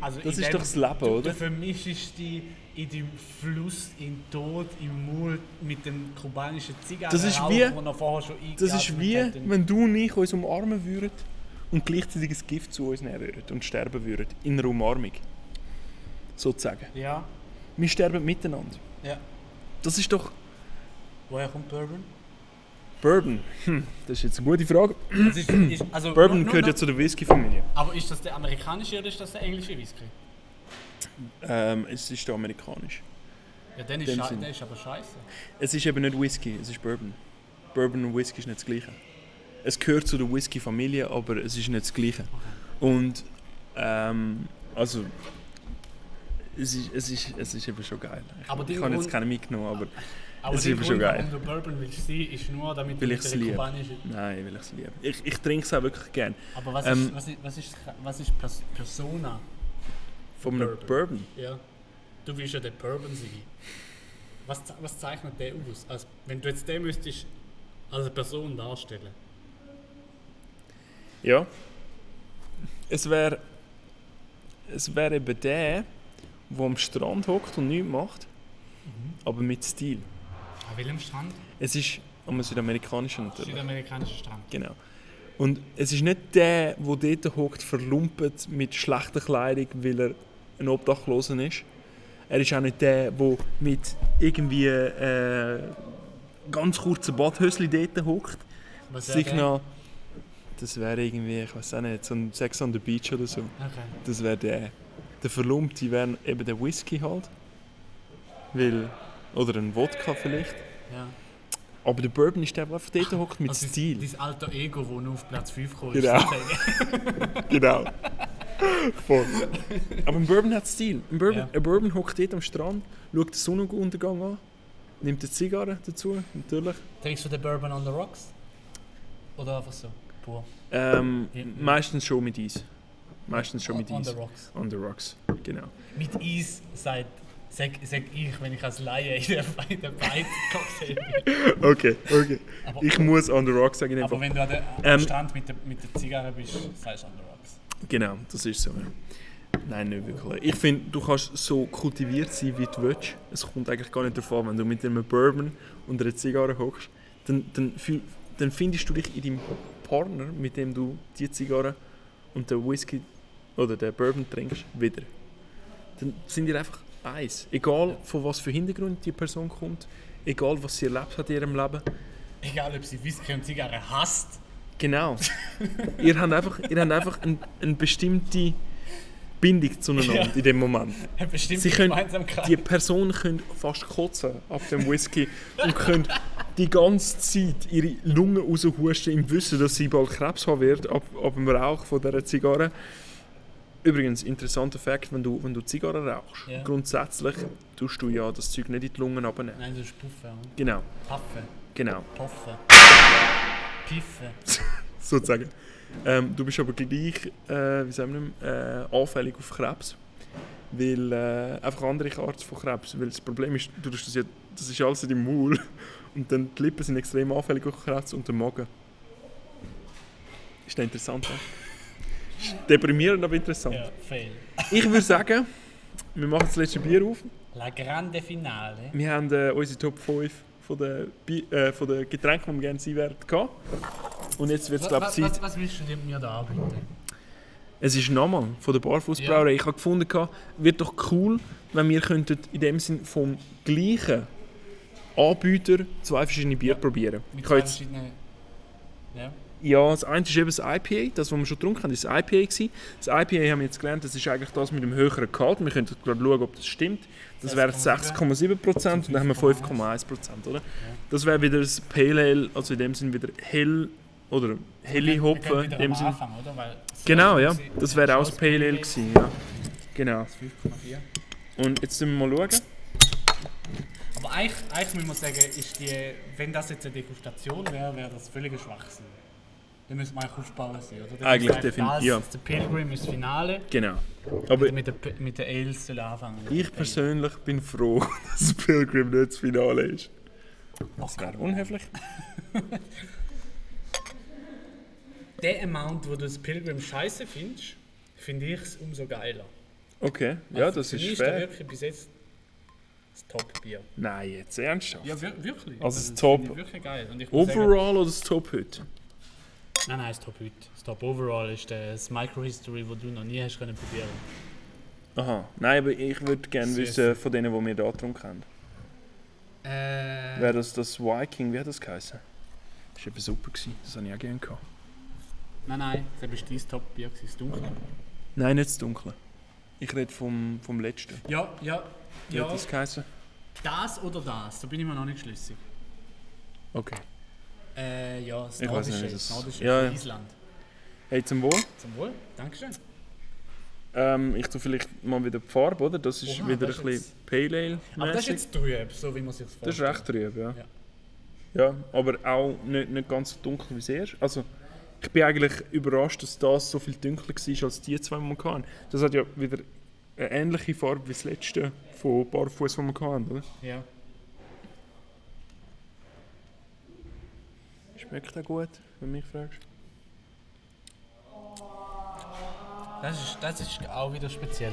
Speaker 1: Also
Speaker 2: Das
Speaker 1: in
Speaker 2: ist
Speaker 1: dem-
Speaker 2: doch das Leben,
Speaker 1: du,
Speaker 2: oder?
Speaker 1: Du vermischst dich in dem Fluss, im Tod, im Mund mit dem kubanischen Zigarren,
Speaker 2: Das ist wie-
Speaker 1: wo er vorher schon eingeatmet
Speaker 2: Das ist wie,
Speaker 1: hat. und-
Speaker 2: wenn du und ich uns umarmen würden und gleichzeitig ein Gift zu uns nehmen würden und sterben würden. In einer Umarmung. Sozusagen.
Speaker 1: Ja,
Speaker 2: Wir sterben miteinander.
Speaker 1: ja.
Speaker 2: Das ist doch...
Speaker 1: Woher kommt Bourbon?
Speaker 2: Bourbon. Hm, das ist jetzt eine gute Frage.
Speaker 1: Das ist, ist, also,
Speaker 2: Bourbon
Speaker 1: nur- nur-
Speaker 2: gehört ja zu der Whisky-Familie.
Speaker 1: Aber ist das der amerikanische oder ist das der englische Whisky?
Speaker 2: Ähm, es ist amerikanisch.
Speaker 1: Ja, dann ist,
Speaker 2: Dem
Speaker 1: schei-
Speaker 2: Sinn.
Speaker 1: der ist aber scheiße.
Speaker 2: Es ist eben nicht Whisky, es ist Bourbon. Bourbon und Whisky ist nicht das Gleiche. Es gehört zu der Whisky-Familie, aber es ist nicht das Gleiche. Und, ähm, also, es ist, es, ist, es ist eben schon geil. Ich,
Speaker 1: Aber
Speaker 2: ich
Speaker 1: die
Speaker 2: habe jetzt
Speaker 1: Grund-
Speaker 2: keine mitgenommen, aber
Speaker 1: Aber
Speaker 2: Es ist
Speaker 1: der
Speaker 2: eben schon
Speaker 1: Grund,
Speaker 2: geil.
Speaker 1: warum du Bourbon willst sein, ist nur, damit
Speaker 2: Weil
Speaker 1: du
Speaker 2: ich's
Speaker 1: mit der
Speaker 2: lieb.
Speaker 1: kubanischen...
Speaker 2: nein, weil ich es liebe. Ich, ich trinke es auch wirklich gern.
Speaker 1: Aber was,
Speaker 2: Ähm,
Speaker 1: ist, was, ist, was, ist, was ist Pers- Persona?
Speaker 2: Von einem
Speaker 1: Bourbon.
Speaker 2: Bourbon.
Speaker 1: Ja. Du willst ja der Bourbon sein. Was, ze- was zeichnet der aus? Also, wenn du jetzt den müsstest als Person darstellen.
Speaker 2: Ja. Es wäre es wär eben der, der am Strand hockt und nichts macht, aber mit Stil.
Speaker 1: An welchem Strand?
Speaker 2: Es ist am südamerikanischen natürlich.
Speaker 1: Südamerikanischen Strand.
Speaker 2: Genau. Und es ist nicht der, der dort hockt, verlumpet mit schlechter Kleidung, weil er ein Obdachloser ist. Er ist auch nicht der, der mit irgendwie äh, ganz kurzen Badhösli dort hockt.
Speaker 1: Was wär
Speaker 2: Sich
Speaker 1: der?
Speaker 2: noch, das wäre irgendwie, ich weiß auch nicht, so ein Sex on the Beach oder so.
Speaker 1: Okay.
Speaker 2: Das wäre der. Der Verlumpte wäre eben der Whisky halt. Weil, oder ein Wodka vielleicht.
Speaker 1: Ja.
Speaker 2: Aber der Bourbon ist der, der einfach dort hockt mit
Speaker 1: Also dein-
Speaker 2: Stil.
Speaker 1: Dein alter Ego, das nur auf Platz 5 kommt.
Speaker 2: Genau. Genau. Voll. Aber ein Bourbon hat Stil. Ein Bourbon,
Speaker 1: Ja.
Speaker 2: ein Bourbon hockt dort am Strand, schaut den Sonnenuntergang an, nimmt eine Zigarre dazu, natürlich.
Speaker 1: Trinkst du den Bourbon on the Rocks? Oder einfach so? Pur.
Speaker 2: Ähm,
Speaker 1: Ja.
Speaker 2: Meistens schon mit Eis. Meistens schon mit
Speaker 1: on, on the
Speaker 2: Eis.
Speaker 1: Rocks.
Speaker 2: On the rocks, genau.
Speaker 1: Mit Eis seit. Sag, sag ich, wenn ich als Laie in der Bite-Cocktail bin.
Speaker 2: Okay, okay.
Speaker 1: Aber-
Speaker 2: Ich muss on the rocks sagen. in dem
Speaker 1: Aber
Speaker 2: Fall.
Speaker 1: wenn du an der,
Speaker 2: Ähm,
Speaker 1: am Strand mit der, mit der Zigarre bist, sagst du on the Rocks.
Speaker 2: Genau, das ist so. ja. Nein, nicht wirklich. Ich finde, du kannst so kultiviert sein, wie du willst. Es kommt eigentlich gar nicht darauf an, wenn du mit einem Bourbon und einer Zigarre hockst, dann, dann, fühl- dann findest du dich in deinem Partner, mit dem du die Zigarre und den Whisky oder den Bourbon trinkst, wieder. Dann sind ihr einfach eins. Egal von was für Hintergrund die Person kommt, egal was sie erlebt hat in ihrem Leben.
Speaker 1: Egal, ob sie Whisky und Zigarre hasst.
Speaker 2: Genau. ihr habt einfach, ihr habt einfach eine ein bestimmte Bindung zueinander
Speaker 1: Ja.
Speaker 2: in dem Moment.
Speaker 1: Eine bestimmte
Speaker 2: Sie können,
Speaker 1: Gemeinsamkeit.
Speaker 2: die Personen können fast kotzen auf dem Whisky und können die ganze Zeit ihre Lungen raushusten im Wissen, dass sie bald Krebs haben wird, ab, ab dem Rauch von dieser Zigarre. Übrigens, interessanter Fakt, wenn du, wenn du Zigarre rauchst,
Speaker 1: Ja.
Speaker 2: grundsätzlich tust du ja das Zeug nicht in die Lungen abnehmen.
Speaker 1: Nein, so ist Puffen. oder?
Speaker 2: Genau,
Speaker 1: Paffen.
Speaker 2: genau,
Speaker 1: Poffen. Piffen.
Speaker 2: sozusagen. Ähm, du bist aber gleich, äh, wie sagen wir, äh, anfällig auf Krebs. Weil äh, einfach andere Arten von Krebs. Weil das Problem ist, du tust das, ja, das ist alles in deinem Maul. Und dann die Lippen sind extrem anfällig auf Krebs und der Magen. Ist das interessant, oder? Ist Deprimierend, aber interessant.
Speaker 1: Ja, fail.
Speaker 2: Ich würde sagen, wir machen das letzte Bier auf.
Speaker 1: La grande finale.
Speaker 2: Wir haben äh, unsere Top 5 von den, Bi äh, von den Getränken, die wir gerne sein werden, gehabt. Und jetzt wird es, glaube ich,
Speaker 1: was, was,
Speaker 2: Zeit.
Speaker 1: was willst du dir- mir da anbieten?
Speaker 2: Es ist nochmal von der Barfußbrauerei. Ich habe gefunden, gehabt, wird doch cool, wenn wir könnten in dem Sinn vom gleichen Anbieter zwei verschiedene Bier probieren. Ich
Speaker 1: Mit
Speaker 2: kann
Speaker 1: zwei
Speaker 2: jetzt,
Speaker 1: verschiedenen. Ja.
Speaker 2: ja, das eine ist eben das IPA, das, was wir schon getrunken haben, ist das IPA gewesen. Das IPA haben wir jetzt gelernt, das ist eigentlich das mit dem höheren Gehalt. Wir könnten gerade schauen, ob das stimmt. Das wären 6,7 Prozent und dann haben wir 5,1 Prozent, oder? Das wäre wieder das Pale Ale, also in dem Sinn wieder hell oder helle
Speaker 1: Wir gehen
Speaker 2: Hopfen. In
Speaker 1: wieder
Speaker 2: dem
Speaker 1: am
Speaker 2: Sinn.
Speaker 1: Anfang, oder? Weil es
Speaker 2: Genau, ja.
Speaker 1: war-
Speaker 2: Das wäre auch das Pale Ale gewesen, ja. Genau.
Speaker 1: 5,4.
Speaker 2: Und jetzt müssen wir mal schauen.
Speaker 1: Aber eigentlich, eigentlich muss man sagen, ist die, wenn das jetzt eine Degustation wäre, wäre das völliger Schwachsinn. Dann müssen wir eigentlich aufbauen sein, oder? Dann
Speaker 2: Eigentlich
Speaker 1: müssen wir
Speaker 2: defin-
Speaker 1: das-
Speaker 2: ja.
Speaker 1: Der Pilgrim ist das Finale.
Speaker 2: Genau. Aber
Speaker 1: Mit der, P- mit der Ales soll anfangen.
Speaker 2: ich persönlich bin froh, dass Pilgrim nicht das Finale ist. Das wäre unhöflich.
Speaker 1: Der Amount, wo du das Pilgrim scheiße findest, finde ich es umso geiler.
Speaker 2: Okay, ja, das
Speaker 1: für
Speaker 2: ist
Speaker 1: mich Ist
Speaker 2: fair.
Speaker 1: das wirklich bis jetzt das Top-Bier.
Speaker 2: Nein, jetzt ernsthaft.
Speaker 1: Ja, wir, wirklich.
Speaker 2: Also das
Speaker 1: finde
Speaker 2: Top-
Speaker 1: Ich wirklich geil. Und ich muss
Speaker 2: Overall oder das Top heute?
Speaker 1: Sagen, nein, nein, das Top heute. Das Top Overall ist das Microhistory, das du noch nie hast können probieren.
Speaker 2: Aha. Nein, aber ich würde gerne
Speaker 1: Sehr
Speaker 2: wissen von denen, die wir da drum kennen.
Speaker 1: Äh,
Speaker 2: Wäre das das Viking, wie hat das geheißen? Das war eben super, gewesen. das habe ich auch gerne gehabt.
Speaker 1: nein, nein, das war dein Top-Bier, das Dunkle.
Speaker 2: Nein, nicht das Dunkle. Ich rede vom, vom letzten.
Speaker 1: Ja, ja,
Speaker 2: Wie
Speaker 1: ja.
Speaker 2: hat das geheißen?
Speaker 1: Das oder das, da bin ich mir noch nicht schlüssig.
Speaker 2: Okay.
Speaker 1: Äh, ja, das
Speaker 2: Ich weiß
Speaker 1: Nordische,
Speaker 2: nicht,
Speaker 1: das
Speaker 2: das-
Speaker 1: Nordische
Speaker 2: ja,
Speaker 1: von
Speaker 2: ja.
Speaker 1: Island.
Speaker 2: Hey, zum Wohl.
Speaker 1: Zum Wohl, Dankeschön.
Speaker 2: Ähm, ich tue vielleicht mal wieder die Farbe, oder? Das ist
Speaker 1: Oha,
Speaker 2: wieder
Speaker 1: das
Speaker 2: ein
Speaker 1: ist
Speaker 2: bisschen Pale Ale.
Speaker 1: Aber das ist jetzt trüb, so wie man sich vorstellt.
Speaker 2: Das ist recht trüb, ja.
Speaker 1: Ja.
Speaker 2: ja. aber auch nicht, nicht ganz so dunkel wie sehr. Also, ich bin eigentlich überrascht, dass das so viel dunkler war als die zwei, die wir hatten. Das hat ja wieder eine ähnliche Farbe wie das letzte von Barfuß, das wir hatten, oder?
Speaker 1: Ja.
Speaker 2: Schmeckt auch gut, wenn du mich fragst.
Speaker 1: Das ist, das ist auch wieder speziell.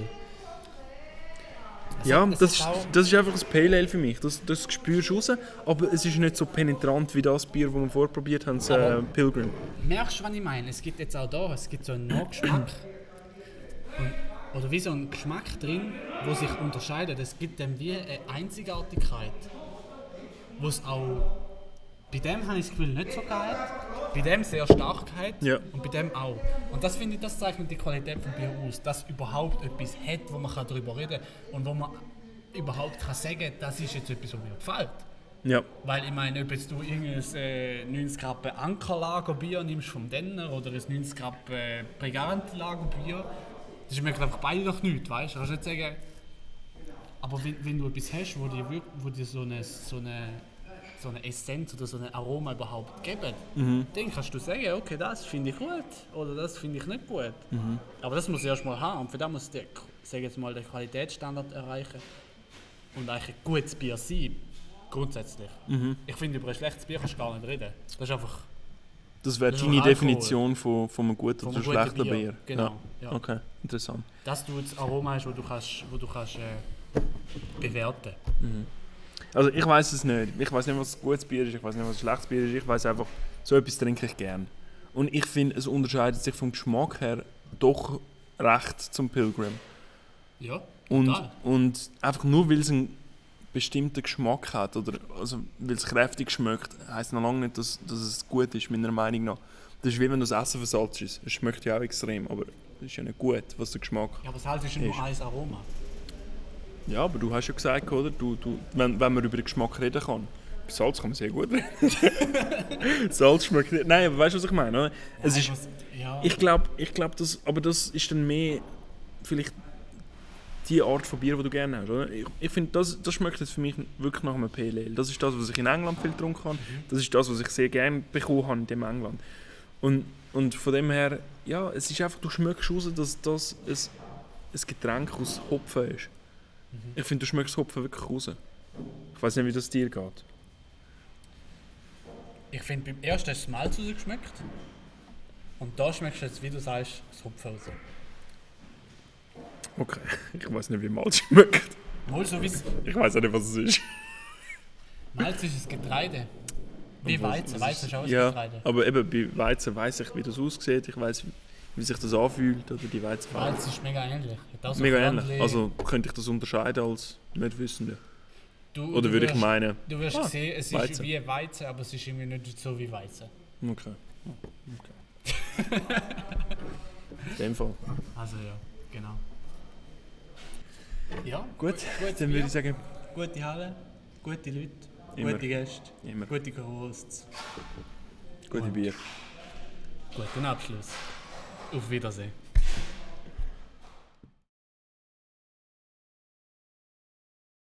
Speaker 1: Es
Speaker 2: ja,
Speaker 1: hat- es
Speaker 2: das
Speaker 1: hat
Speaker 2: ist,
Speaker 1: auch-
Speaker 2: das ist einfach ein Pale Ale für mich. Das, das spürst du raus, aber es ist nicht so penetrant wie das Bier, das wir vorher probiert haben, das äh,
Speaker 1: Aber-
Speaker 2: Pilgrim.
Speaker 1: Merkst du, was ich meine? Es gibt jetzt auch da, es gibt so einen Nachgeschmack. Und, oder wie so einen Geschmack drin, wo sich unterscheidet. Es gibt dem wie eine Einzigartigkeit. Wo es auch. Bei dem habe ich das Gefühl nicht so geil. Bei dem sehr Starkheit.
Speaker 2: Ja.
Speaker 1: Und bei dem auch. Und das finde ich, das zeichnet die Qualität von Bier aus. Dass überhaupt etwas hat, wo man kann darüber reden kann. Und wo man überhaupt kann sagen kann, das ist jetzt etwas, was mir gefällt.
Speaker 2: Ja,
Speaker 1: Weil ich meine, ob jetzt du irgendein äh, 90 Rappen Ankerlagerbier nimmst vom Denner oder ein 90 Rappen Brigantenlagerbier, das schmeckt einfach beide doch nichts, weißt du? Kannst nicht sagen. Aber wenn, wenn du etwas hast, wo dir, wirk- wo dir so, eine, so, eine, so eine Essenz oder so ein Aroma überhaupt geben, dann kannst du sagen, okay, das finde ich gut oder das finde ich nicht gut. Aber das muss ich erst mal haben und für das muss der, sag jetzt mal, der Qualitätsstandard erreichen und eigentlich ein gutes Bier sein, grundsätzlich.
Speaker 2: Mhm.
Speaker 1: Ich finde, über ein schlechtes Bier kannst du gar nicht reden. Das ist einfach
Speaker 2: das wäre
Speaker 1: Das ist
Speaker 2: deine
Speaker 1: Alkohol.
Speaker 2: Definition von, von einem guten
Speaker 1: vom
Speaker 2: oder
Speaker 1: guten
Speaker 2: schlechten Bier. Ja.
Speaker 1: Genau. Ja.
Speaker 2: Okay, interessant.
Speaker 1: Dass du das Aroma hast, wo du kannst, wo du kannst äh, bewerten.
Speaker 2: Also ich weiß es nicht. Ich weiß nicht, was ein gutes Bier ist, ich weiß nicht, was ein schlechtes Bier ist. Ich weiß einfach, so etwas trinke ich gern. Und ich finde, es unterscheidet sich vom Geschmack her doch recht zum Pilgrim.
Speaker 1: Ja.
Speaker 2: Und,
Speaker 1: Total.
Speaker 2: und einfach nur, weil es einen bestimmten Geschmack hat oder also, weil es kräftig schmeckt, heisst noch lange nicht, dass, dass es gut ist, meiner Meinung nach. Das ist wie wenn du das Essen versalzt ist. Es schmeckt ja auch extrem, aber Das ist ja nicht gut, was der Geschmack.
Speaker 1: Ja, aber Salz ist ja nur
Speaker 2: Ist-
Speaker 1: ein Aroma.
Speaker 2: Ja, aber du hast ja gesagt, oder? Du, du, wenn, wenn man über den Geschmack reden kann. Bei Salz kann man sehr gut reden. Salz schmeckt nicht. Nein, aber weißt du, was ich meine? Oder? Es
Speaker 1: Nein,
Speaker 2: ist,
Speaker 1: was- ja,
Speaker 2: ich glaube, ich glaub, das, aber das ist dann mehr vielleicht die Art von Bier, die du gerne hast. Oder? Ich, ich finde, das, das schmeckt jetzt für mich wirklich nach einem Pale Ale. Das ist das, was ich in England viel getrunken habe. Das ist das, was ich sehr gerne bekommen habe in dem England. Und, und von dem her, ja, es ist einfach, du schmeckst raus, dass das ein, ein Getränk aus Hopfen ist. Ich finde, du schmeckst Hopfen wirklich raus. Ich weiß nicht, wie das dir geht.
Speaker 1: ich finde, beim ersten hast du das Malz rausgeschmeckt. Und da schmeckst du jetzt, wie du sagst, das Hopfen raus.
Speaker 2: Okay, ich weiß nicht, wie Malz schmeckt.
Speaker 1: Mal so wie es-
Speaker 2: Ich weiß auch nicht, was es ist.
Speaker 1: Malz ist ein Getreide. Wie
Speaker 2: Und was-
Speaker 1: Weizen.
Speaker 2: was
Speaker 1: Weizen ist auch ein
Speaker 2: ja,
Speaker 1: Getreide.
Speaker 2: Aber eben bei Weizen weiß ich, wie das aussieht, ich weiß, wie sich das anfühlt oder die Weizenfarbe.
Speaker 1: Malz ist mega ähnlich. Hat auch so
Speaker 2: Mega
Speaker 1: Körnchen.
Speaker 2: ähnlich. Also könnte ich das unterscheiden als Nichtwissende?
Speaker 1: du,
Speaker 2: Oder
Speaker 1: du
Speaker 2: würde ich
Speaker 1: wirst-
Speaker 2: meinen,
Speaker 1: Du wirst
Speaker 2: Ah,
Speaker 1: sehen, es ist
Speaker 2: Weizen.
Speaker 1: wie Weizen, aber es ist irgendwie nicht so wie Weizen.
Speaker 2: okay. okay. In dem Fall.
Speaker 1: Also ja, genau. Ja,
Speaker 2: Gut,
Speaker 1: gutes
Speaker 2: dann würde
Speaker 1: Bier,
Speaker 2: ich sagen,
Speaker 1: gute Halle, gute Leute,
Speaker 2: Immer.
Speaker 1: gute Gäste,
Speaker 2: immer
Speaker 1: gute Hosts.
Speaker 2: gute Bier.
Speaker 1: Guten Abschluss. Auf Wiedersehen.